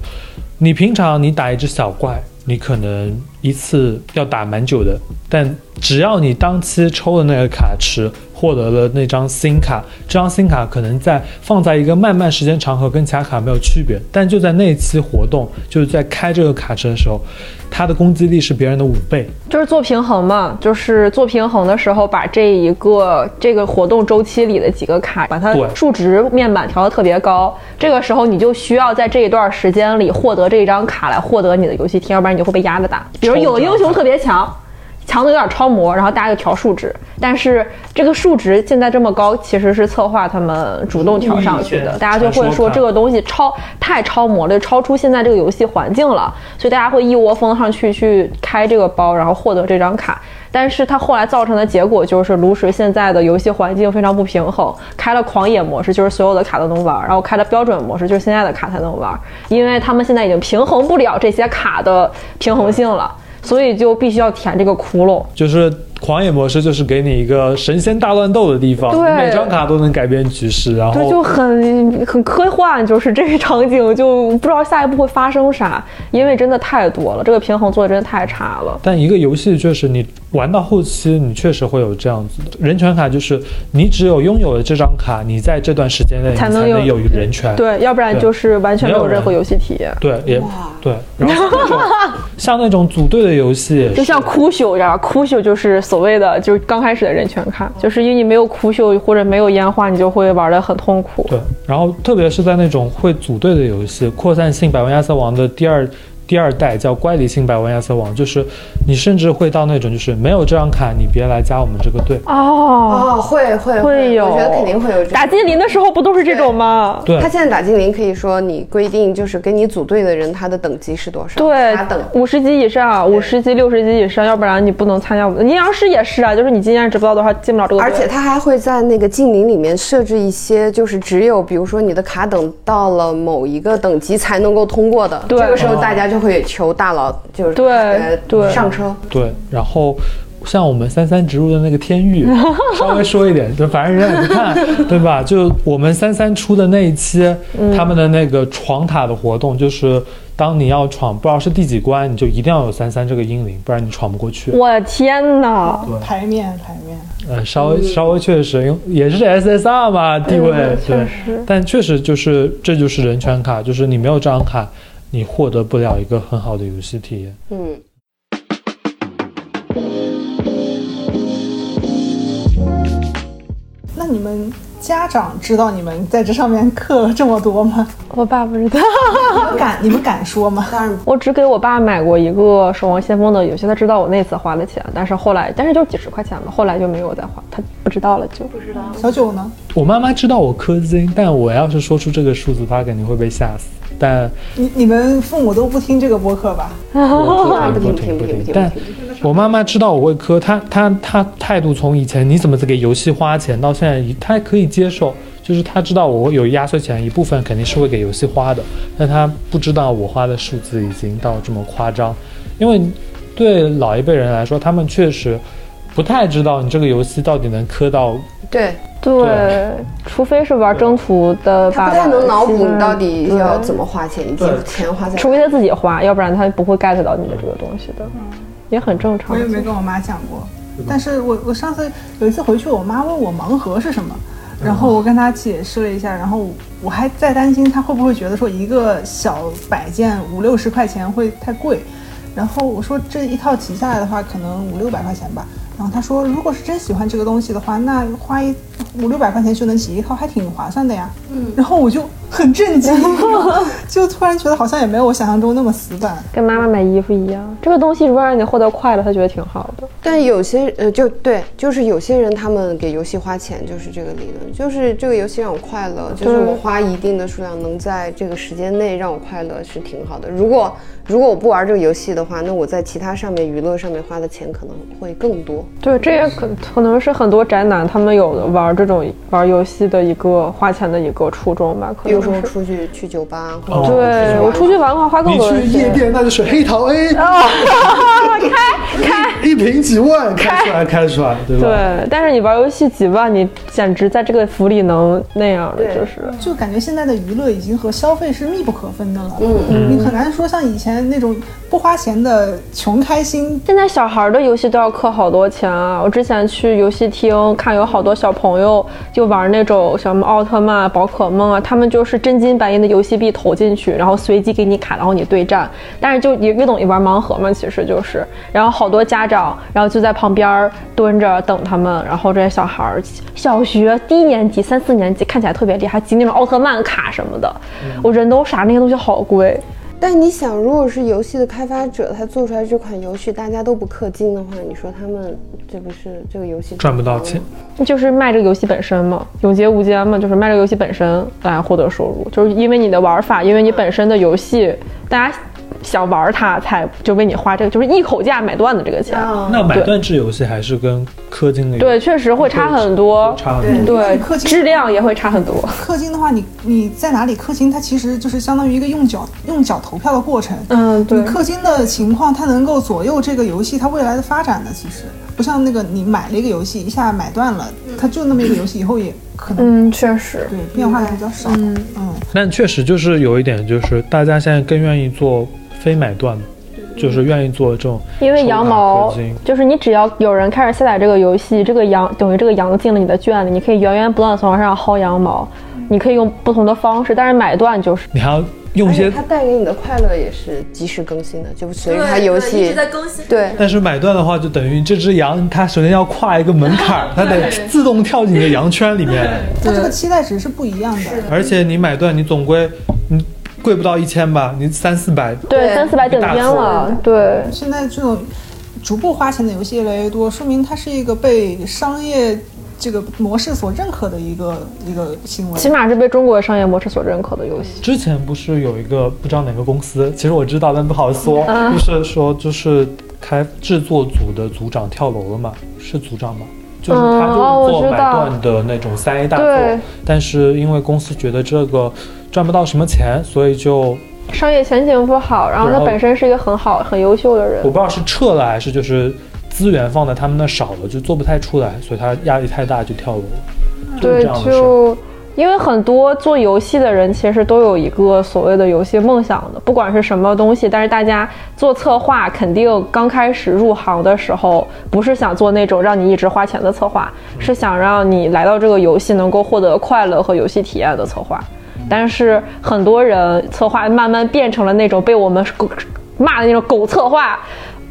[SPEAKER 2] 你平常你打一只小怪，你可能一次要打蛮久的，但只要你当期抽的那个卡池获得了那张新卡，这张新卡可能在放在一个漫漫时间长河跟其他卡没有区别，但就在那一期活动，就是在开这个卡池的时候，它的攻击力是别人的五倍。
[SPEAKER 3] 就是做平衡嘛，就是做平衡的时候，把这一个这个活动周期里的几个卡，把它
[SPEAKER 2] 对
[SPEAKER 3] 数值面板调得特别高。这个时候你就需要在这一段时间里获得这一张卡来获得你的游戏厅，要不然你就会被压着打。比如有的英雄特别强，强的有点超模，然后大家就调数值，但是这个数值现在这么高，其实是策划他们主动调上去的，大家就会说这个东西超太超模了，超出现在这个游戏环境了，所以大家会一窝蜂上去去开这个包，然后获得这张卡。但是它后来造成的结果就是，炉石现在的游戏环境非常不平衡。开了狂野模式，就是所有的卡都能玩；然后开了标准模式，就是现在的卡才能玩。因为他们现在已经平衡不了这些卡的平衡性了，所以就必须要填这个窟窿。
[SPEAKER 2] 就是狂野模式，就是给你一个神仙大乱斗的地方，
[SPEAKER 3] 对
[SPEAKER 2] 每张卡都能改变局势，然
[SPEAKER 3] 对，就
[SPEAKER 2] 后
[SPEAKER 3] 很很科幻，就是这个场景就不知道下一步会发生啥，因为真的太多了，这个平衡做的真的太差了。
[SPEAKER 2] 但一个游戏确实，你玩到后期，你确实会有这样子的人权卡，就是你只有拥有了这张卡，你在这段时间内你
[SPEAKER 3] 才
[SPEAKER 2] 才
[SPEAKER 3] 能
[SPEAKER 2] 能
[SPEAKER 3] 有
[SPEAKER 2] 有人权。
[SPEAKER 3] 对，要不然
[SPEAKER 2] 对
[SPEAKER 3] 就是完全没有
[SPEAKER 2] 没有人
[SPEAKER 3] 任何游戏体验，
[SPEAKER 2] 对，也对，然后像那 种像那种组队的游戏也是，
[SPEAKER 3] 就像酷秀一样，酷秀就是所谓的就是刚开始的人权卡，就是因为你没有酷秀或者没有烟花，你就会玩的很痛苦。
[SPEAKER 2] 对，然
[SPEAKER 3] 哦
[SPEAKER 2] 后特别是在那种会组队的游戏，《扩散性百万亚瑟王》的第二第二代叫《乖离性百万亚瑟王》，就是你甚至会到那种就是没有这张卡，你别来加我们这个队。
[SPEAKER 3] 哦，
[SPEAKER 1] 哦，会会
[SPEAKER 3] 会有，
[SPEAKER 1] 我觉得肯定会有这
[SPEAKER 3] 打
[SPEAKER 1] 种。
[SPEAKER 3] 精灵的时候不都是这种吗？
[SPEAKER 2] 对
[SPEAKER 1] 他，现在打精灵可以说你规定就是跟你组队的人他的等级是多少，
[SPEAKER 3] 对
[SPEAKER 1] 他等，
[SPEAKER 3] 五十级以上，五十级、六十级以上，要不然你不能参加我们。阴阳师也是啊，就是你今天值不到多少，进不了这个队。
[SPEAKER 1] 而且它还会在那个精灵里面设置一些，就是只有比如说你的卡等到了某一个等级才能够通过的，
[SPEAKER 3] 对
[SPEAKER 1] 这个时候大家就会求大佬就是
[SPEAKER 3] 对
[SPEAKER 1] 呃
[SPEAKER 3] 对
[SPEAKER 1] 上车，
[SPEAKER 2] 对，然后像我们三三植入的那个天 域，稍微说一点，就反正人也不看，对吧？就我们三三出的那一期，他们的那个闯塔的活动，就是当你要闯不知道是第几关，你就一定要有三三这个英灵，不然你闯不过去。
[SPEAKER 3] 我的天哪！
[SPEAKER 4] 牌面牌面，
[SPEAKER 2] 呃，稍微稍微确实，因为也是 SSR 嘛地位，嗯对，但确实就是这就是人权卡，就是你没有这张卡，你获得不了一个很好的游戏体验。
[SPEAKER 1] 嗯，
[SPEAKER 4] 那你们家长知道你们在这上面氪了这么 多吗？
[SPEAKER 3] 我爸不知道，
[SPEAKER 4] 你们敢你们敢说吗？
[SPEAKER 1] 当然
[SPEAKER 3] 我只给我爸买过一个《守望先锋》的游戏，他知道我那次花的钱，但是后来，但是就几十块钱嘛，后来就没有再花，他不知道了就。
[SPEAKER 4] 小九呢？
[SPEAKER 2] 我妈妈知道我氪金，但我要是说出这个数字，她肯定会被吓死。 但
[SPEAKER 4] 你你们父母都不听这个播客吧？
[SPEAKER 2] 我
[SPEAKER 1] 不
[SPEAKER 2] 不
[SPEAKER 1] 听
[SPEAKER 2] 听
[SPEAKER 1] 不
[SPEAKER 2] 不
[SPEAKER 1] 听
[SPEAKER 2] 听
[SPEAKER 1] 不听，
[SPEAKER 2] 但我妈妈知道我会氪，她她她态度从以前你怎么只给游戏花钱，到现在一她可以接受，就是她知道我有压岁钱一部分肯定是会给游戏花的，但她不知道我花的数字已经到这么夸张，因为对老一辈人来说，他们确实不太知道你这个游戏到底能氪到
[SPEAKER 1] 对
[SPEAKER 3] 对，除非是玩征途的
[SPEAKER 1] 他
[SPEAKER 3] 爸爸，
[SPEAKER 1] 不太能脑补你到底要
[SPEAKER 3] 对
[SPEAKER 1] 怎么花钱，以及
[SPEAKER 2] 对
[SPEAKER 1] 钱花在
[SPEAKER 3] 除非他自己花，要不然他不会 get 到你的这个东西的，也很正常
[SPEAKER 4] 我也。没跟我妈讲过，但是我我上次有一次回去，我妈问我盲盒是什么，然后我跟她解释了一下，然后我还在担心她会不会觉得说一个小摆件五六十块钱会太贵，然后我说这一套集下来的话，可能五六百块钱吧。然后她说，如果是真喜欢这个东西的话，那花一五六百块钱就能集一套，还挺划算的呀。嗯，然后我就很震惊，就突然觉得好像也没有我想象中那么死板。
[SPEAKER 3] 跟妈妈买衣服一样，这个东西如果让你获得快乐，他觉得挺好的。
[SPEAKER 1] 但有些呃，就对，就是有些人他们给游戏花钱就是这个理论，就是这个游戏让我快乐，就是我花一定的数量能在这个时间内让我快乐是挺好的。如果如果我不玩这个游戏的话，那我在其他上面娱乐上面花的钱可能会更多。
[SPEAKER 3] 对，这也可可能是很多宅男他们有的玩这种玩游戏的一个花钱的一个初衷吧，可
[SPEAKER 1] 比如说
[SPEAKER 3] 能是。
[SPEAKER 1] 出去去酒吧，啊或者
[SPEAKER 2] 哦
[SPEAKER 3] 对我出去玩的话，花更
[SPEAKER 2] 你
[SPEAKER 3] 多的
[SPEAKER 2] 去夜
[SPEAKER 3] 钱。哦
[SPEAKER 2] 店那就是黑桃 A，、开开一瓶几万，开出来开出来，对吧？
[SPEAKER 3] 对，但是你玩游戏几万，你简直在这个服里能那样的，
[SPEAKER 1] 对
[SPEAKER 3] 就是
[SPEAKER 4] 就感觉现在的娱乐已经和消费是密不可分的了。嗯，你很难说像以前那种不花钱的穷开心。
[SPEAKER 3] 现在小孩儿的游戏都要氪好多钱啊！我之前去游戏厅看，有好多小朋友就玩那种什么奥特曼、啊、宝可梦啊，他们就是真金白银的游戏币投进去，然后随机给你卡，然后你对战。但是就也越懂也玩盲盒嘛，其实就是，然后好多家长，然后就在旁边儿蹲着等他们，然后这些小孩儿小学低年级三四年级看起来特别厉害，集那种奥特曼卡什么的，我人都傻，那些东西好贵。
[SPEAKER 1] 但你想，如果是游戏的开发者，他做出来这款游戏大家都不氪金的话，你说他们这不是这个游戏
[SPEAKER 2] 赚不到钱，
[SPEAKER 3] 就是卖这个游戏本身嘛，永劫无间嘛，就是卖这个游戏本身来获得收入，就是因为你的玩法，因为你本身的游戏，大家想玩它才就为你花这个，就是一口价买断的这个钱。
[SPEAKER 2] 那买断制游戏还是跟氪金的游戏
[SPEAKER 3] 对，确实会差很多，嗯
[SPEAKER 2] 差很多。
[SPEAKER 3] 对
[SPEAKER 4] 氪，金
[SPEAKER 3] 质量也会差很多。
[SPEAKER 4] 氪金的话，你你在哪里氪金，它其实就是相当于一个用脚用脚投票的过程。
[SPEAKER 3] 嗯，
[SPEAKER 4] 你氪金的情况，它能够左右这个游戏它未来的发展的。其实不像那个你买了一个游戏，一下买断了，它就那么一个游戏，以后也可能、
[SPEAKER 5] 嗯，确实，
[SPEAKER 4] 对变化还比较少。嗯嗯，
[SPEAKER 2] 但确实就是有一点，就是大家现在更愿意做非买断，就是愿意做这种
[SPEAKER 3] 因为羊
[SPEAKER 2] 抽
[SPEAKER 3] 毛
[SPEAKER 2] 卡氪金
[SPEAKER 3] 就是你只要有人开始下载这个游戏，这个羊等于这个羊进了你的圈里，你可以源源不断的从往上薅羊毛，你可以用不同的方式，但是买断就是
[SPEAKER 2] 你还要用
[SPEAKER 1] 而
[SPEAKER 2] 一
[SPEAKER 1] 且
[SPEAKER 2] 些
[SPEAKER 1] 哎它带给你的快乐也是及时更新的，就随着它游
[SPEAKER 5] 一
[SPEAKER 1] 戏
[SPEAKER 5] 直在更新。
[SPEAKER 1] 对
[SPEAKER 2] 但是买断的话，就等于这只羊，它首先要跨一个门槛儿，它得自动跳进你的羊圈里面。
[SPEAKER 4] 它这个期待值是不一样的。
[SPEAKER 2] 而且你买断，你总归你贵不到一千吧，你三四百。
[SPEAKER 3] 对三四百顶
[SPEAKER 2] 大
[SPEAKER 3] 天
[SPEAKER 2] 促
[SPEAKER 3] 了，对。
[SPEAKER 4] 现在这种逐步花钱的游戏越来越多，说明它是一个被商业这个模式所认可的一个一个行为。
[SPEAKER 3] 起码是被中国商业模式所认可的游戏。
[SPEAKER 2] 之前不是有一个不知道哪个公司，其实我知道，但不好说，
[SPEAKER 3] 嗯
[SPEAKER 2] 就是说就是开制作组的组长跳楼了嘛，是组长吗？就是他
[SPEAKER 3] 嗯
[SPEAKER 2] 就
[SPEAKER 3] 哦我
[SPEAKER 2] 是做
[SPEAKER 3] 知
[SPEAKER 2] 买
[SPEAKER 3] 道
[SPEAKER 2] 断的那种三 A 大作，
[SPEAKER 3] 对
[SPEAKER 2] 但是因为公司觉得这个赚不到什么钱，所以就
[SPEAKER 3] 商业前景不好，然后他
[SPEAKER 2] 然后
[SPEAKER 3] 本身是一个很好、很优秀的人
[SPEAKER 2] 我不，知道是撤了还是就是资源放在他们那少了，就做不太出来，所以他压力太大就跳楼了，就是
[SPEAKER 3] 对
[SPEAKER 2] 这样，的事儿。
[SPEAKER 3] 就因为很多做游戏的人其实都有一个所谓的游戏梦想的，不管是什么东西，但是大家做策划肯定刚开始入行的时候，不是想做那种让你一直花钱的策划，
[SPEAKER 2] 嗯
[SPEAKER 3] 是想让你来到这个游戏能够获得快乐和游戏体验的策划。但是很多人策划慢慢变成了那种被我们狗骂的那种狗策划，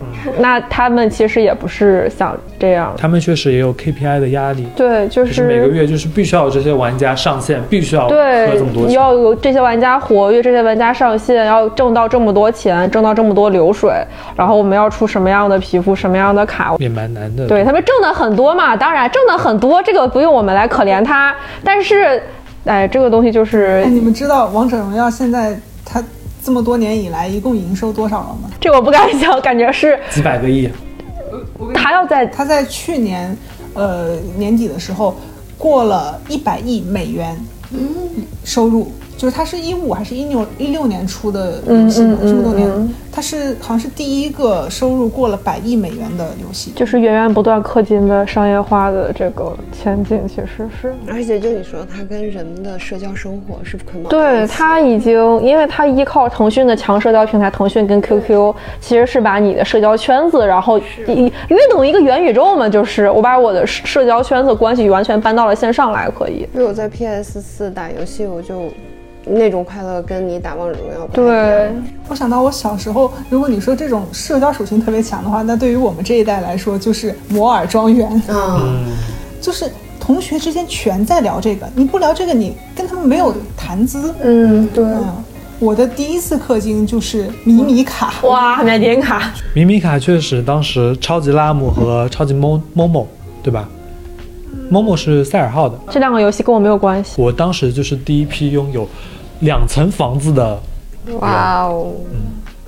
[SPEAKER 2] 嗯
[SPEAKER 3] 那他们其实也不是想这样。
[SPEAKER 2] 他们确实也有 KPI 的压力，
[SPEAKER 3] 对，就
[SPEAKER 2] 就是每个月就是必须要有这些玩家上线，必须要
[SPEAKER 3] 对
[SPEAKER 2] 氪这么多，
[SPEAKER 3] 你
[SPEAKER 2] 钱。
[SPEAKER 3] 要有这些玩家活跃，这些玩家上线，要挣到这么多钱，挣到这么多流水，然后我们要出什么样的皮肤，什么样的卡。
[SPEAKER 2] 也蛮难的。
[SPEAKER 3] 对他们挣的很多嘛，当然挣的很多，这个不用我们来可怜他。但是，哎，这个东西就是
[SPEAKER 4] 哎，你们知道王者荣耀现在它这么多年以来一共营收多少了吗？
[SPEAKER 3] 这我不敢想，感觉是
[SPEAKER 2] 几百个亿，
[SPEAKER 3] 他要在
[SPEAKER 4] 它在去年呃年底的时候过了一百亿美元，收入。就是它是一五还是一六一六年出的游戏嘛，这么多年，它是好像是第一个收入过了百亿美元的游戏。
[SPEAKER 3] 就是源源不断氪金的商业化的这个前景，其实是。
[SPEAKER 1] 而且就你说，它跟人的社交生活是捆绑在
[SPEAKER 3] 对
[SPEAKER 1] 一起的。
[SPEAKER 3] 他已经，因为他依靠腾讯的强社交平台，腾讯跟 QQ 其实是把你的社交圈子，然后一约等于一个元宇宙嘛，就是我把我的社交圈子关系完全搬到了线上来，可以。
[SPEAKER 1] 因为我在 PS 四打游戏，我就那种快乐跟你打王者荣耀不太一样
[SPEAKER 3] 对，
[SPEAKER 4] 我想到我小时候，如果你说这种社交属性特别强的话，那对于我们这一代来说，就是摩尔庄园，
[SPEAKER 3] 嗯
[SPEAKER 5] 嗯
[SPEAKER 1] 啊，
[SPEAKER 4] 就是同学之间全在聊这个，你不聊这个，你跟他们没有谈资。
[SPEAKER 6] 嗯，对，
[SPEAKER 4] 嗯，我的第一次氪金就是米米卡，
[SPEAKER 3] 哇，免点卡，
[SPEAKER 2] 米米卡确实当时超级拉姆和超级某某某，对吧？某某是赛尔号的，
[SPEAKER 3] 这两个游戏跟我没有关系。
[SPEAKER 2] 我当时就是第一批拥有两层房子的，
[SPEAKER 1] 哇哦，
[SPEAKER 3] 嗯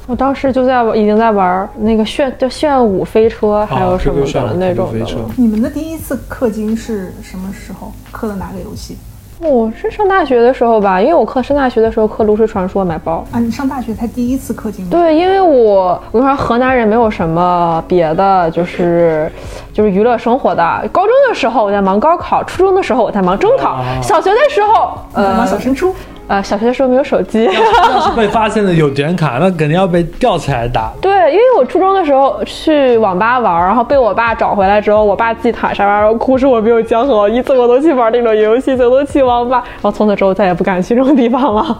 [SPEAKER 3] 我当时就在玩已经在玩那个炫叫炫舞飞
[SPEAKER 2] 啊
[SPEAKER 3] 车，还有什么
[SPEAKER 2] QQ 上
[SPEAKER 3] 的
[SPEAKER 2] 的
[SPEAKER 3] 那种的
[SPEAKER 2] 飞车
[SPEAKER 3] 了。
[SPEAKER 4] 你们的第一次氪金是什么时候？氪的哪个游戏
[SPEAKER 3] 我哦是上大学的时候吧，因为我氪上大学的时候氪炉石传说买包。
[SPEAKER 4] 啊？你上大学才第一次氪金吗？
[SPEAKER 3] 对，因为我我跟你说，河南人没有什么别的，就是就是娱乐生活的。高中的时候我在忙高考，初中的时候我在忙中考，
[SPEAKER 2] 啊
[SPEAKER 3] 小学的时候，
[SPEAKER 4] 玩小
[SPEAKER 3] 呃
[SPEAKER 4] 升初，
[SPEAKER 3] 呃，小学的时候没有手机。
[SPEAKER 2] 要是被发现了有点卡，那肯定要被吊起来打。
[SPEAKER 3] 对，因为我初中的时候呃去网吧玩，然后被我爸找回来之后，我爸自己躺沙发上哭，说我没有江河，一次我都去玩那种游戏，怎么都去网吧。然后从此之后再也不敢去这种地方了。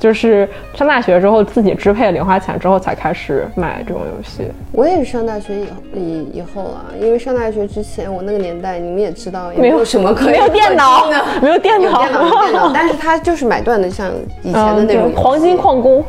[SPEAKER 3] 就是上大学之后自己支配零花钱之后，才开始买这种游戏。
[SPEAKER 1] 我也是上大学以后以以后了，因为上大学之前我那个年代，你们也知道，也
[SPEAKER 3] 没有
[SPEAKER 1] 有什么可以
[SPEAKER 3] 没有电
[SPEAKER 1] 氪
[SPEAKER 3] 脑
[SPEAKER 1] 金的，
[SPEAKER 3] 没有电脑
[SPEAKER 1] 有电脑，嗯有电脑，但是它就是买断的，像以前
[SPEAKER 5] 嗯
[SPEAKER 1] 的那种游
[SPEAKER 3] 对
[SPEAKER 1] 戏
[SPEAKER 3] 黄金矿工，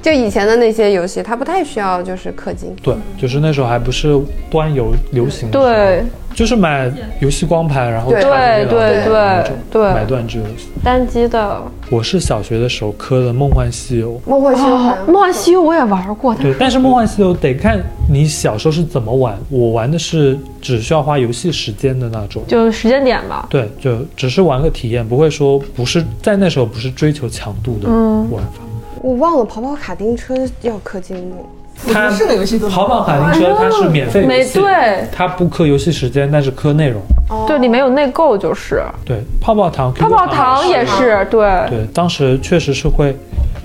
[SPEAKER 1] 就以前的那些游戏，它不太需要就是氪金。
[SPEAKER 2] 对，就是那时候还不是端游流行的时候，
[SPEAKER 3] 对
[SPEAKER 2] 就是买游戏光盘，然后
[SPEAKER 1] 对
[SPEAKER 2] 插
[SPEAKER 3] 对
[SPEAKER 2] 电脑
[SPEAKER 3] 对
[SPEAKER 2] 的那种
[SPEAKER 3] 对对
[SPEAKER 2] 买断制游戏。
[SPEAKER 3] 单机的
[SPEAKER 2] 我是小学的时候磕的《梦幻西游》，
[SPEAKER 1] 梦幻西游好
[SPEAKER 3] 哦，
[SPEAKER 1] 像
[SPEAKER 3] 《梦幻西游》我也玩过，但
[SPEAKER 2] 对，但是《梦幻西游》得看你小时候是怎么玩。我玩的是只需要花游戏时间的那种，
[SPEAKER 3] 就时间点吧。
[SPEAKER 2] 对，就只是玩个体验，不会说不是在那时候不是追求强度的
[SPEAKER 3] 嗯
[SPEAKER 2] 玩法。
[SPEAKER 1] 我忘了跑跑卡丁车要氪金不？
[SPEAKER 4] 我觉
[SPEAKER 2] 它
[SPEAKER 4] 得是个游戏都能
[SPEAKER 2] 跑跑卡丁车它是免费游
[SPEAKER 3] 哦没
[SPEAKER 2] 戏，
[SPEAKER 3] 对
[SPEAKER 2] 它不磕游戏时间，但是磕内容。
[SPEAKER 1] 哦
[SPEAKER 3] 对，里面有内购，就是
[SPEAKER 2] 对，泡泡糖、
[SPEAKER 3] 泡
[SPEAKER 2] QQ
[SPEAKER 3] 泡糖也
[SPEAKER 1] 哦
[SPEAKER 3] 是对。
[SPEAKER 2] 对，当时确实是会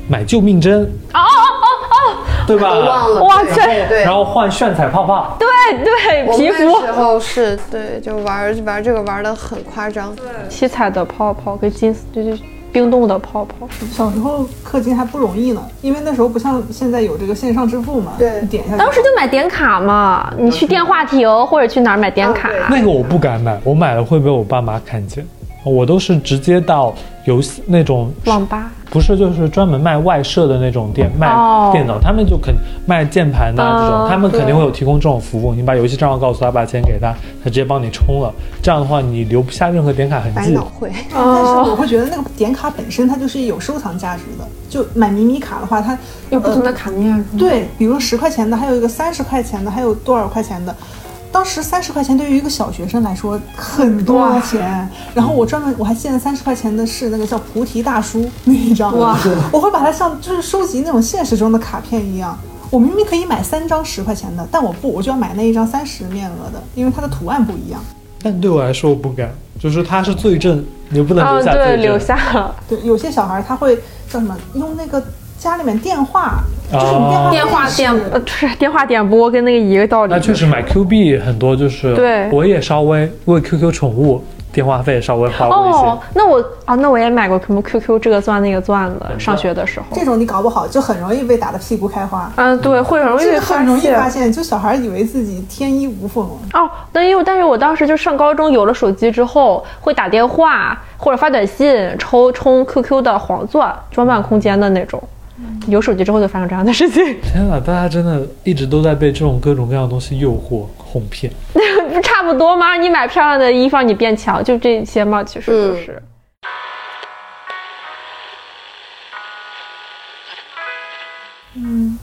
[SPEAKER 2] 买救命针，哦哦哦哦，对吧？
[SPEAKER 1] 我忘了。
[SPEAKER 3] 哇
[SPEAKER 1] 对
[SPEAKER 3] 这
[SPEAKER 1] 对
[SPEAKER 2] 然后换炫彩泡泡，
[SPEAKER 5] 哎
[SPEAKER 3] 对对，
[SPEAKER 1] 我
[SPEAKER 3] 皮
[SPEAKER 1] 们那
[SPEAKER 3] 肤
[SPEAKER 1] 时候是对，就玩玩这个玩的很夸张。
[SPEAKER 3] 七彩的泡泡跟金丝就是冰冻的泡泡，
[SPEAKER 4] 小时候氪金还不容易呢，因为那时候不像现在有这个线上支付嘛，
[SPEAKER 1] 对
[SPEAKER 4] 你点一下就。
[SPEAKER 3] 当时就买点卡嘛，你去电话亭
[SPEAKER 5] 哦
[SPEAKER 3] 或者去哪儿买点卡，
[SPEAKER 2] 那个我不敢买，我买了会被我爸妈看见。我都是直接到游戏那种，
[SPEAKER 3] 网吧
[SPEAKER 2] 不是就是专门卖外设的那种店卖
[SPEAKER 3] 哦
[SPEAKER 2] 电脑，他们就肯卖键盘呐、
[SPEAKER 5] 啊
[SPEAKER 2] 这
[SPEAKER 3] 嗯
[SPEAKER 2] 种，他们肯
[SPEAKER 3] 对
[SPEAKER 2] 定会有提供这种服务。你把游戏账号告诉他，把钱给他，他直接帮你充了。这样的话，你留不下任何点卡痕
[SPEAKER 1] 百
[SPEAKER 2] 迹
[SPEAKER 1] 脑。汇，
[SPEAKER 4] 但
[SPEAKER 6] 哦
[SPEAKER 4] 是我会觉得那个点卡本身它就是有收藏价值的，就买迷你卡的话，它呃
[SPEAKER 6] 有不同的卡面是吗？
[SPEAKER 4] 对，比如十块钱的，还有一个三十块钱的，还有多少块钱的。当时三十块钱对于一个小学生来说很多钱，然后我专门我还记得三十块钱的是那个叫菩提大叔那一张，我会把它像就是收集那种现实中的卡片一样，我明明可以买三张十块钱的，但我不，我就要买那一张三十面额的，因为它的图案不一样。
[SPEAKER 2] 但对我来说我不敢，就是它是罪证，你不能留
[SPEAKER 5] 嗯，
[SPEAKER 2] 下罪证。
[SPEAKER 5] 对，留下 了。
[SPEAKER 4] 对，有些小孩儿他会叫什么用那个家里面电话，就是你
[SPEAKER 2] 哦
[SPEAKER 4] 电
[SPEAKER 3] 电
[SPEAKER 4] 话
[SPEAKER 3] 话
[SPEAKER 4] 电
[SPEAKER 3] 店
[SPEAKER 5] 呃，就是电话点播跟那个一个道理。
[SPEAKER 2] 那确实买 Q 币很多，就是
[SPEAKER 5] 对
[SPEAKER 2] 我也稍微为 QQ 宠物电话费稍微花过一些。
[SPEAKER 5] 哦，那我啊，那我也买过什么 QQ 这个钻那个钻的，上学的时候。
[SPEAKER 4] 这种你搞不好就很容易被打得屁股开花。
[SPEAKER 5] 嗯，对，会很容易
[SPEAKER 4] 这
[SPEAKER 5] 被
[SPEAKER 4] 个很容易
[SPEAKER 5] 现
[SPEAKER 4] 发现，就小孩儿以为自己天衣无缝，
[SPEAKER 5] 哦，但因为但是我当时就上高中有了手机之后，会打电话或者发短信抽充 QQ 的黄钻，装扮空间的那种。有手机之后就发生这样的事情，
[SPEAKER 2] 天哪，大家真的一直都在被这种各种各样的东西诱惑哄骗。
[SPEAKER 5] 不差不多吗？让你买漂亮的衣服，让你变强，就这些嘛，其实
[SPEAKER 1] 嗯
[SPEAKER 5] 就是。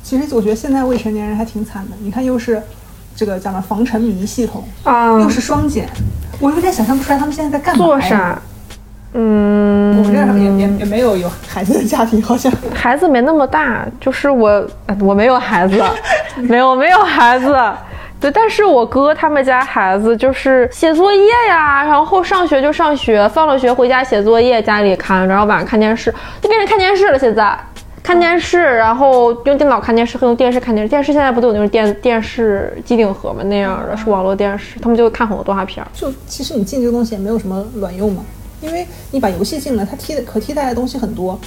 [SPEAKER 4] 其实我觉得现在未成年人还挺惨的。你看，又是这个叫什么防沉迷系统，
[SPEAKER 3] 啊
[SPEAKER 1] 嗯
[SPEAKER 4] 又，是双减，我有点想象不出来他们现在在干嘛。
[SPEAKER 5] 做？啥？嗯，
[SPEAKER 4] 我们这儿也也也没有有孩子的家庭，好像
[SPEAKER 5] 孩子没那么大，就是我， 呃我没有孩子，没有没有孩子。对，但是我哥他们家孩子就是写作业呀，然后上学就上学，放了学回家写作业，家里看，然后晚上看电视，就变成看电视了。现在看电视，然后用电脑看电视和用电视看电视，电视现在不都有那种电电视机顶盒吗？那样的是网络电视，他们就会看很多动画片儿。
[SPEAKER 4] 就其实你进这个东西也没有什么卵用嘛，因为你把游戏进了，它替可替代的东西很多。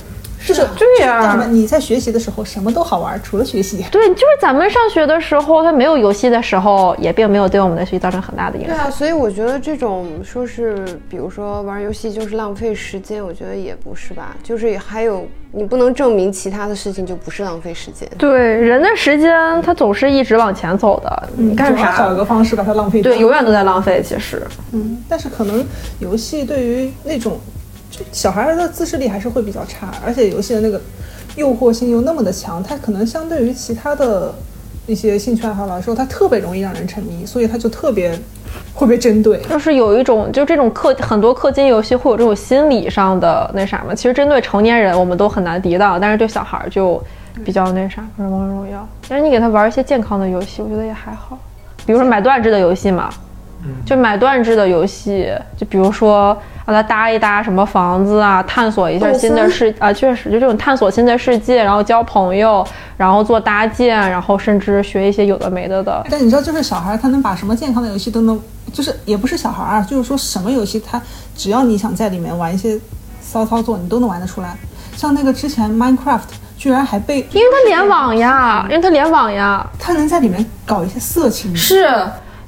[SPEAKER 4] 就是
[SPEAKER 5] 啊对呀
[SPEAKER 4] 就是叫什么你在学习的时候什么都好玩，除了学习。
[SPEAKER 5] 对，就是咱们上学的时候，他没有游戏的时候，也并没有对我们的学习造成很大的影响
[SPEAKER 1] 对。啊，所以我觉得这种说是，比如说玩游戏就是浪费时间，我觉得也不是吧，就是还有你不能证明其他的事情就不是浪费时间。
[SPEAKER 5] 对，人的时间它总是一直往前走的，你嗯干
[SPEAKER 4] 总要
[SPEAKER 5] 啥
[SPEAKER 4] 找？一个方式把它浪费掉。
[SPEAKER 3] 对，永远都在浪费。其实，
[SPEAKER 4] 嗯，但是可能游戏对于那种就小孩儿的自制力还是会比较差，而且游戏的那个诱惑性又那么的强，它可能相对于其他的一些兴趣爱好来说，它特别容易让人沉迷，所以它就特别会被针对。
[SPEAKER 5] 就是有一种，就这种氪很多氪金游戏会有这种心理上的那啥嘛。其实针对成年人，我们都很难抵挡，但是对小孩儿就比较那啥，比如说王者荣耀。 但是你给他玩一些健康的游戏，我觉得也还好，比如说买断制的游戏嘛，就买断制的游戏，就比如说让他搭一搭什么房子啊，探索一下新的世 啊，确实就这种探索新的世界，然后交朋友，然后做搭建，然后甚至学一些有的没的的。
[SPEAKER 4] 但你知道，就是小孩儿他能把什么健康的游戏都能，就是也不是小孩儿啊，就是说什么游戏他只要你想在里面玩一些骚操作，你都能玩得出来。像那个之前 Minecraft 居然还被
[SPEAKER 5] 因为它联网呀，因为它联网呀，
[SPEAKER 4] 他能在里面搞一些色情，
[SPEAKER 3] 是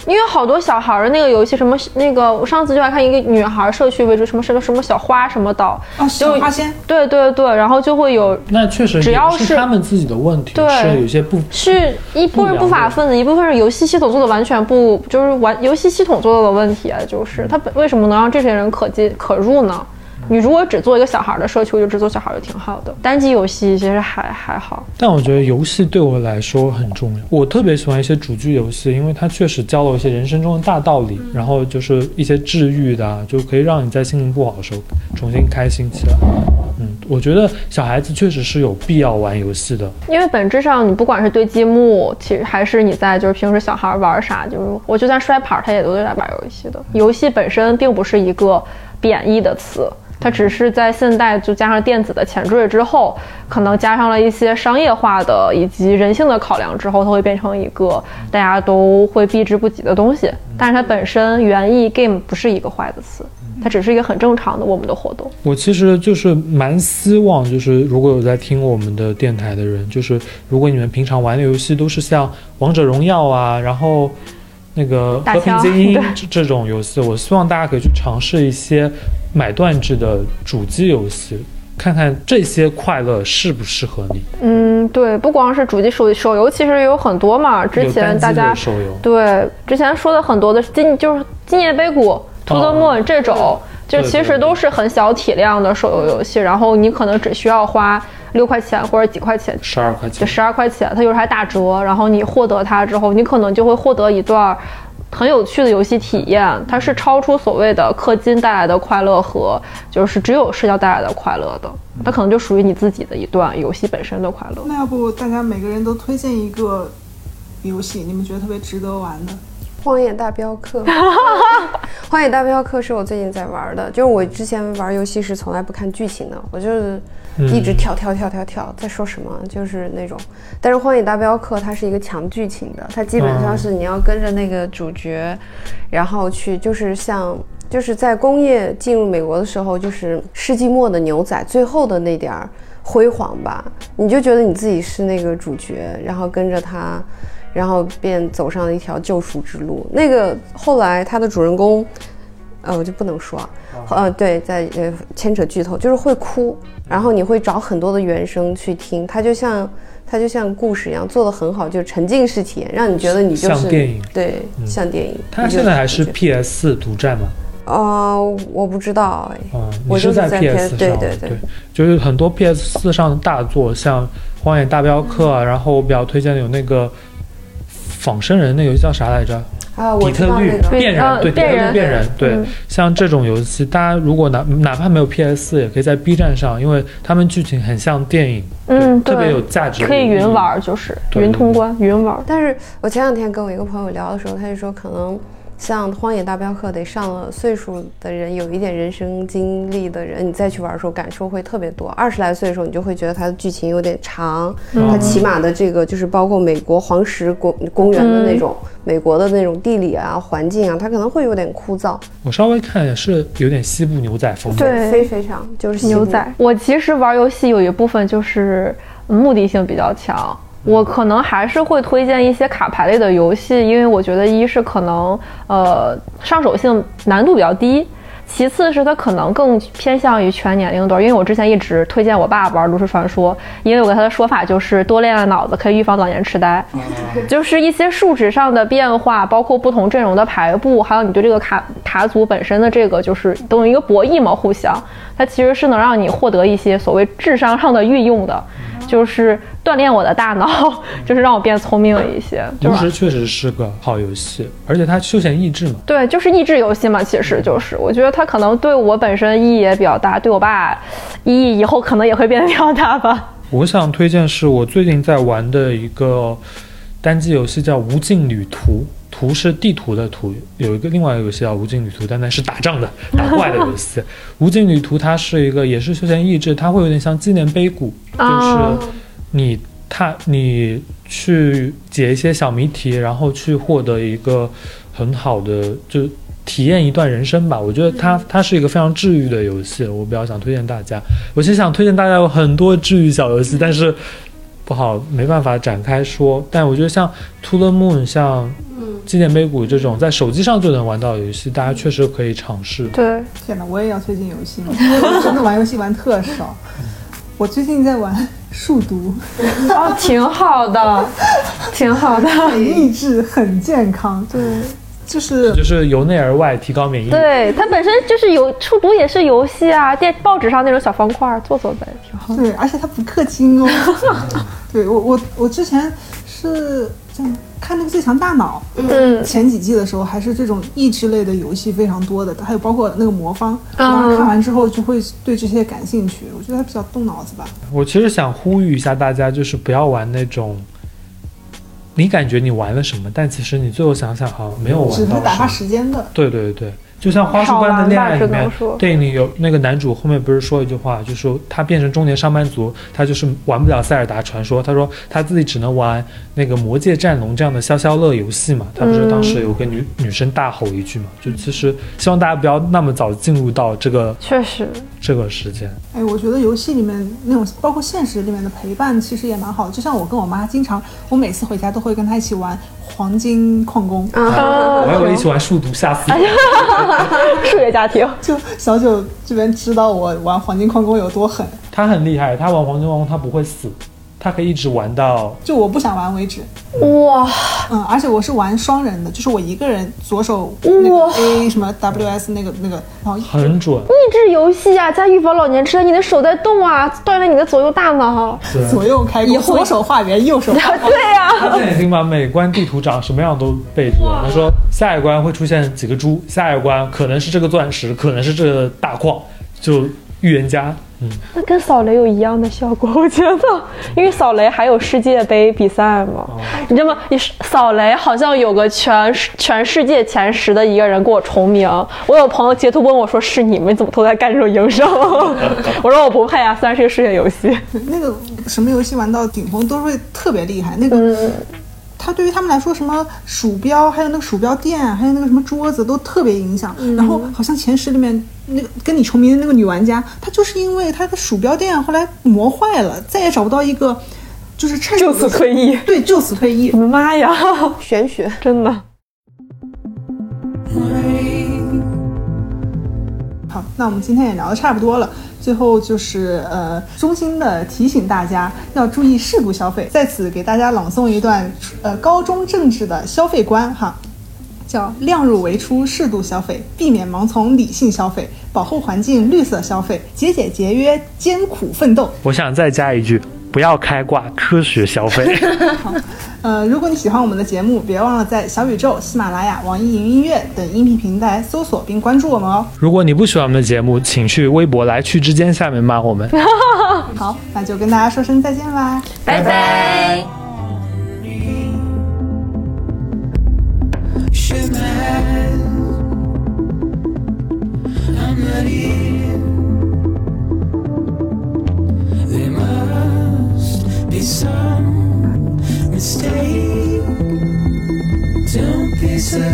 [SPEAKER 5] 因为好多小孩儿的那个游戏，什么那个，我上次就还看一个女孩社区为主，什么什么什么小花什么岛，
[SPEAKER 4] 啊，小
[SPEAKER 5] 就
[SPEAKER 4] 花仙。
[SPEAKER 5] 对对对，然后就会有
[SPEAKER 2] 那确实
[SPEAKER 5] 只要
[SPEAKER 2] 也
[SPEAKER 5] 是
[SPEAKER 2] 他们自己的问题，
[SPEAKER 5] 对
[SPEAKER 2] 是有些不
[SPEAKER 5] 是一部分不法分子，一部分是游戏系统做的完全不，就是玩游戏系统做到的问题啊，就是它本为什么能让这些人可进可入呢？你如果只做一个小孩儿的社区，就只做小孩儿就挺好的。单机游戏其实还还好，
[SPEAKER 2] 但我觉得游戏对我来说很重要。我特别喜欢一些主剧游戏，因为它确实教了我一些人生中的大道
[SPEAKER 5] 嗯
[SPEAKER 2] 理，然后就是一些治愈的、啊，就可以让你在心情不好的时候重新开心起来。嗯，我觉得小孩子确实是有必要玩游戏的。
[SPEAKER 5] 因为本质上你不管是堆积木，其实还是你在就是平时小孩玩啥，就是我就算摔盘，他也都是在玩游戏的。游戏本身并不是一个贬义的词，它只是在现代就加上电子的前缀之后，可能加上了一些商业化的以及人性的考量之后，它会变成一个大家都会避之不及的东
[SPEAKER 2] 嗯
[SPEAKER 5] 西。但是它本身原意 game 不是一个坏的词，
[SPEAKER 2] 嗯
[SPEAKER 5] 它只是一个很正常的我们的活动。
[SPEAKER 2] 我其实就是蛮希望，就是如果有在听我们的电台的人，就是如果你们平常玩的游戏都是像王者荣耀啊，然后那个
[SPEAKER 5] 打
[SPEAKER 2] 和平
[SPEAKER 5] 枪
[SPEAKER 2] 精英
[SPEAKER 5] 对
[SPEAKER 2] 这这种游戏，我希望大家可以去尝试一些买断制的主机游戏，看看这些快乐适不适合你。
[SPEAKER 5] 嗯，对，不光是主机手手游，其实也有很多嘛。之
[SPEAKER 2] 有
[SPEAKER 5] 前
[SPEAKER 2] 单
[SPEAKER 5] 大
[SPEAKER 2] 机
[SPEAKER 5] 家
[SPEAKER 2] 的手游，
[SPEAKER 5] 对之前说的很多的今就是今夜碑谷、图德莫这种，就
[SPEAKER 2] 哦对
[SPEAKER 5] 其
[SPEAKER 2] 对
[SPEAKER 5] 实都是很小体量的手游游戏，然后你可能只需要花六块钱或者几块钱。
[SPEAKER 2] 十二块
[SPEAKER 5] 就
[SPEAKER 2] 钱。
[SPEAKER 5] 十二块钱，它有时候还打折，然后你获得它之后，你可能就会获得一段很有趣的游戏体验，它是超出所谓的氪金带来的快乐和就是只有社交带来的快乐的，它可能就属于你自己的一段游戏本身的快乐。
[SPEAKER 4] 那要不大家每个人都推荐一个游戏，你们觉得特别值得玩的？
[SPEAKER 1] 荒野大镖客， 荒野大镖客是我最近在玩的，就是我之前玩游戏是从来不看剧情的，我就是
[SPEAKER 2] 嗯
[SPEAKER 1] 一直跳跳跳跳跳，在说什么就是那种。但是荒野大镖客它是一个强剧情的，它基本上是你要跟着那个主角，然后去就是像。就是在工业进入美国的时候，就是世纪末的牛仔最后的那点儿辉煌吧，你就觉得你自己是那个主角，然后跟着他，然后便走上了一条救赎之路。那个后来他的主人公，呃，我就不能说啊，呃，对，在呃牵扯剧透，就是会哭，然后你会找很多的原声去听，它就像它就像故事一样做的很好，就是沉浸式体验，让你觉得你就是
[SPEAKER 2] 像电影嗯
[SPEAKER 1] 对，像电影。
[SPEAKER 2] 它
[SPEAKER 1] 你就
[SPEAKER 2] 现在还
[SPEAKER 1] 主
[SPEAKER 2] 是
[SPEAKER 1] 角
[SPEAKER 2] PS 独占吗？
[SPEAKER 1] 哦，我不知道哎，
[SPEAKER 2] 啊、你
[SPEAKER 1] 我就是
[SPEAKER 2] 在
[SPEAKER 1] 在 PS
[SPEAKER 2] PS 上，
[SPEAKER 1] 对
[SPEAKER 2] 对
[SPEAKER 1] 对对
[SPEAKER 2] 就是很多 PS 四上的大作，像《荒野大镖客》
[SPEAKER 5] 嗯
[SPEAKER 2] 啊，然后我比较推荐的有那个仿生人，那游戏叫啥来着？
[SPEAKER 5] 哦
[SPEAKER 1] 啊，我
[SPEAKER 2] 底
[SPEAKER 1] 知
[SPEAKER 2] 特
[SPEAKER 1] 道
[SPEAKER 2] 律
[SPEAKER 1] 那个，
[SPEAKER 2] 变人，
[SPEAKER 5] 呃
[SPEAKER 2] 对，底特
[SPEAKER 5] 变
[SPEAKER 2] 律
[SPEAKER 5] 人嗯
[SPEAKER 2] 变人，对，像这种游戏，大家如果哪哪怕没有 PS 四，也可以在 B 站上，因为他们剧情很像电影，
[SPEAKER 5] 嗯
[SPEAKER 2] 特别
[SPEAKER 5] 对
[SPEAKER 2] 有价值，
[SPEAKER 5] 可以云玩儿，就是
[SPEAKER 2] 对
[SPEAKER 5] 云通关，云玩儿。
[SPEAKER 1] 但是我前两天跟我一个朋友聊的时候，他就说，可能像《荒野大镖客》得上了岁数的人，有一点人生经历的人，你再去玩的时候感受会特别多。二十来岁的时候，你就会觉得它的剧情有点长，
[SPEAKER 5] 嗯
[SPEAKER 1] 它起码的这个就是包括美国黄石公公园的那
[SPEAKER 5] 嗯
[SPEAKER 1] 种、美国的那种地理啊、环境啊，它可能会有点枯燥。
[SPEAKER 2] 我稍微看也是有点西部牛仔风，，
[SPEAKER 5] 对
[SPEAKER 1] 非非常就是
[SPEAKER 5] 牛
[SPEAKER 1] 西部
[SPEAKER 5] 仔。我其实玩游戏有一部分就是嗯目的性比较强。我可能还是会推荐一些卡牌类的游戏，因为我觉得一是可能呃上手性难度比较低，其次是它可能更偏向于全年龄段。因为我之前一直推荐我爸玩《炉石传说》，因为我跟他的说法就是多练练脑子可以预防老年痴呆。就是一些数值上的变化，包括不同阵容的排布，还有你对这个卡卡组本身的这个就是等于一个博弈嘛，互相，它其实是能让你获得一些所谓智商上的运用的，就是锻炼我的大脑， 就是让我变聪明了一些，就
[SPEAKER 2] 同
[SPEAKER 5] 是
[SPEAKER 2] 时确实是个好游戏，而且它休闲益智嘛，
[SPEAKER 5] 对，就是益智游戏嘛，其实就是我觉得它可能对我本身意义也比较大，对我爸意义以后可能也会变得比较大吧。
[SPEAKER 2] 我想推荐是我最近在玩的一个单机游戏，叫《无尽旅途》，图是地图的图。有一个另外一个游戏叫《无尽旅途》，但那是打仗的、打怪的游戏。《无尽旅途》它是一个也是休闲益智，它会有点像纪念碑谷，就是
[SPEAKER 5] 哦
[SPEAKER 2] 你踏你去解一些小谜题，然后去获得一个很好的就。体验一段人生吧，我觉得它它是一个非常治愈的游戏，我比较想推荐大家。我其实想推荐大家有很多治愈小游戏，但是不好没办法展开说。但我觉得像 To the Moon、像
[SPEAKER 5] 嗯
[SPEAKER 2] 纪念碑谷这种在手机上就能玩到的游戏，大家确实可以尝试。
[SPEAKER 5] 对，
[SPEAKER 4] 天哪，我也要推荐游戏吗？我真的玩游戏玩特少。我最近在玩数独，
[SPEAKER 5] 哦，挺好的，挺好的，
[SPEAKER 4] 很益智，很健康。对，就是
[SPEAKER 2] 就是由内而外提高免疫力。
[SPEAKER 5] 对，它本身就是游数独也是游戏啊，电报纸上那种小方块儿做做呗，挺好。
[SPEAKER 4] 对，而且它不氪金 哦。对我我我之前是这样看那个《最强大脑》，
[SPEAKER 5] 嗯，
[SPEAKER 4] 前几季的时候还是这种益智类的游戏非常多的，还有包括那个魔方，我
[SPEAKER 5] 嗯
[SPEAKER 4] 当时看完之后就会对这些感兴趣。我觉得还比较动脑子吧。
[SPEAKER 2] 我其实想呼吁一下大家，就是不要玩那种。你感觉你玩了什么，但其实你最后想想，好像没有玩
[SPEAKER 4] 只
[SPEAKER 2] 到
[SPEAKER 4] 能打
[SPEAKER 2] 什
[SPEAKER 4] 发
[SPEAKER 2] 么。
[SPEAKER 4] 时间的。
[SPEAKER 2] 对对对，就像《花束般的恋爱》里
[SPEAKER 5] 好玩吧只
[SPEAKER 2] 面
[SPEAKER 5] 能说，
[SPEAKER 2] 电影里有那个男主后面不是说一句话，就说他变成中年上班族，他就是玩不了《塞尔达传说》，他说他自己只能玩那个《魔界战龙》这样的消消乐游戏嘛。他不
[SPEAKER 5] 嗯
[SPEAKER 2] 是当时有个女、女生大吼一句嘛，就其实希望大家不要那么早进入到这个
[SPEAKER 5] 确实，
[SPEAKER 2] 这个时间。
[SPEAKER 4] 哎，我觉得游戏里面那种，包括现实里面的陪伴，其实也蛮好的。就像我跟我妈经常，我每次回家都会跟她一起玩黄金矿工，
[SPEAKER 1] 啊
[SPEAKER 5] 啊
[SPEAKER 2] 我还以为一起玩数独，吓死
[SPEAKER 5] 哎
[SPEAKER 2] 我了。
[SPEAKER 5] 数学家庭，
[SPEAKER 4] 就小九这边知道我玩黄金矿工有多狠。
[SPEAKER 2] 他很厉害，他玩黄金王宫他不会死，它可以一直玩到
[SPEAKER 4] 就我不想玩为止。
[SPEAKER 3] 哇，
[SPEAKER 4] 嗯，而且我是玩双人的，就是我一个人左手那个 A 什么 WS 那个那个，然后
[SPEAKER 2] 很准。
[SPEAKER 5] 哦
[SPEAKER 3] 益智游戏啊，加预防老年痴呆，你的手在动啊，锻炼你的左右大脑。
[SPEAKER 2] 对
[SPEAKER 4] 左右开弓，左手画圆，右手画
[SPEAKER 3] 对呀、
[SPEAKER 2] 他现在已经把每关地图长什么样都背住了。他说下一关会出现几个猪，下一关可能是这个钻石，可能是这个大矿，就预言家。嗯，
[SPEAKER 3] 那跟扫雷有一样的效果， 我觉得，因为扫雷还有世界杯比赛嘛。你这么，你扫雷好像有个全全世界前十的一个人给我重名，我有朋友截图问我说是你们怎么都在干这种营生？ 我说我不配啊，虽然是个世界游戏。
[SPEAKER 4] 那个什么游戏玩到顶峰都会特别厉害。那个，
[SPEAKER 3] 嗯
[SPEAKER 4] 他对于他们来说，什么鼠标，还有那个鼠标垫，还有那个什么桌子，都特别影响。
[SPEAKER 3] 嗯
[SPEAKER 4] 然后好像前十里面那个跟你重名的那个女玩家，她就是因为她的鼠标垫后来磨坏了，再也找不到一个就是趁
[SPEAKER 3] 就
[SPEAKER 4] 手的
[SPEAKER 3] 此退役，
[SPEAKER 4] 对，就此退役
[SPEAKER 3] 我。的妈呀，
[SPEAKER 1] 玄学。
[SPEAKER 3] 真的。
[SPEAKER 4] 好，那我们今天也聊得差不多了。最后就是呃，衷心的提醒大家要注意适度消费。在此给大家朗诵一段呃高中政治的消费观哈，叫量入为出，适度消费，避免盲从理性消费，保护环境绿色消费，节俭节约，艰苦奋斗。
[SPEAKER 2] 我想再加一句，不要开挂，科学消费。
[SPEAKER 4] 呃，如果你喜欢我们的节目，别忘了在小宇宙、喜马拉雅、网易云音乐等音频平台搜索并关注我们哦。
[SPEAKER 2] 如果你不喜欢我们的节目，请去微博来去之间下面骂我们。
[SPEAKER 4] 好，那就跟大家说声再见啦。
[SPEAKER 7] There must be some mistake. Don't be so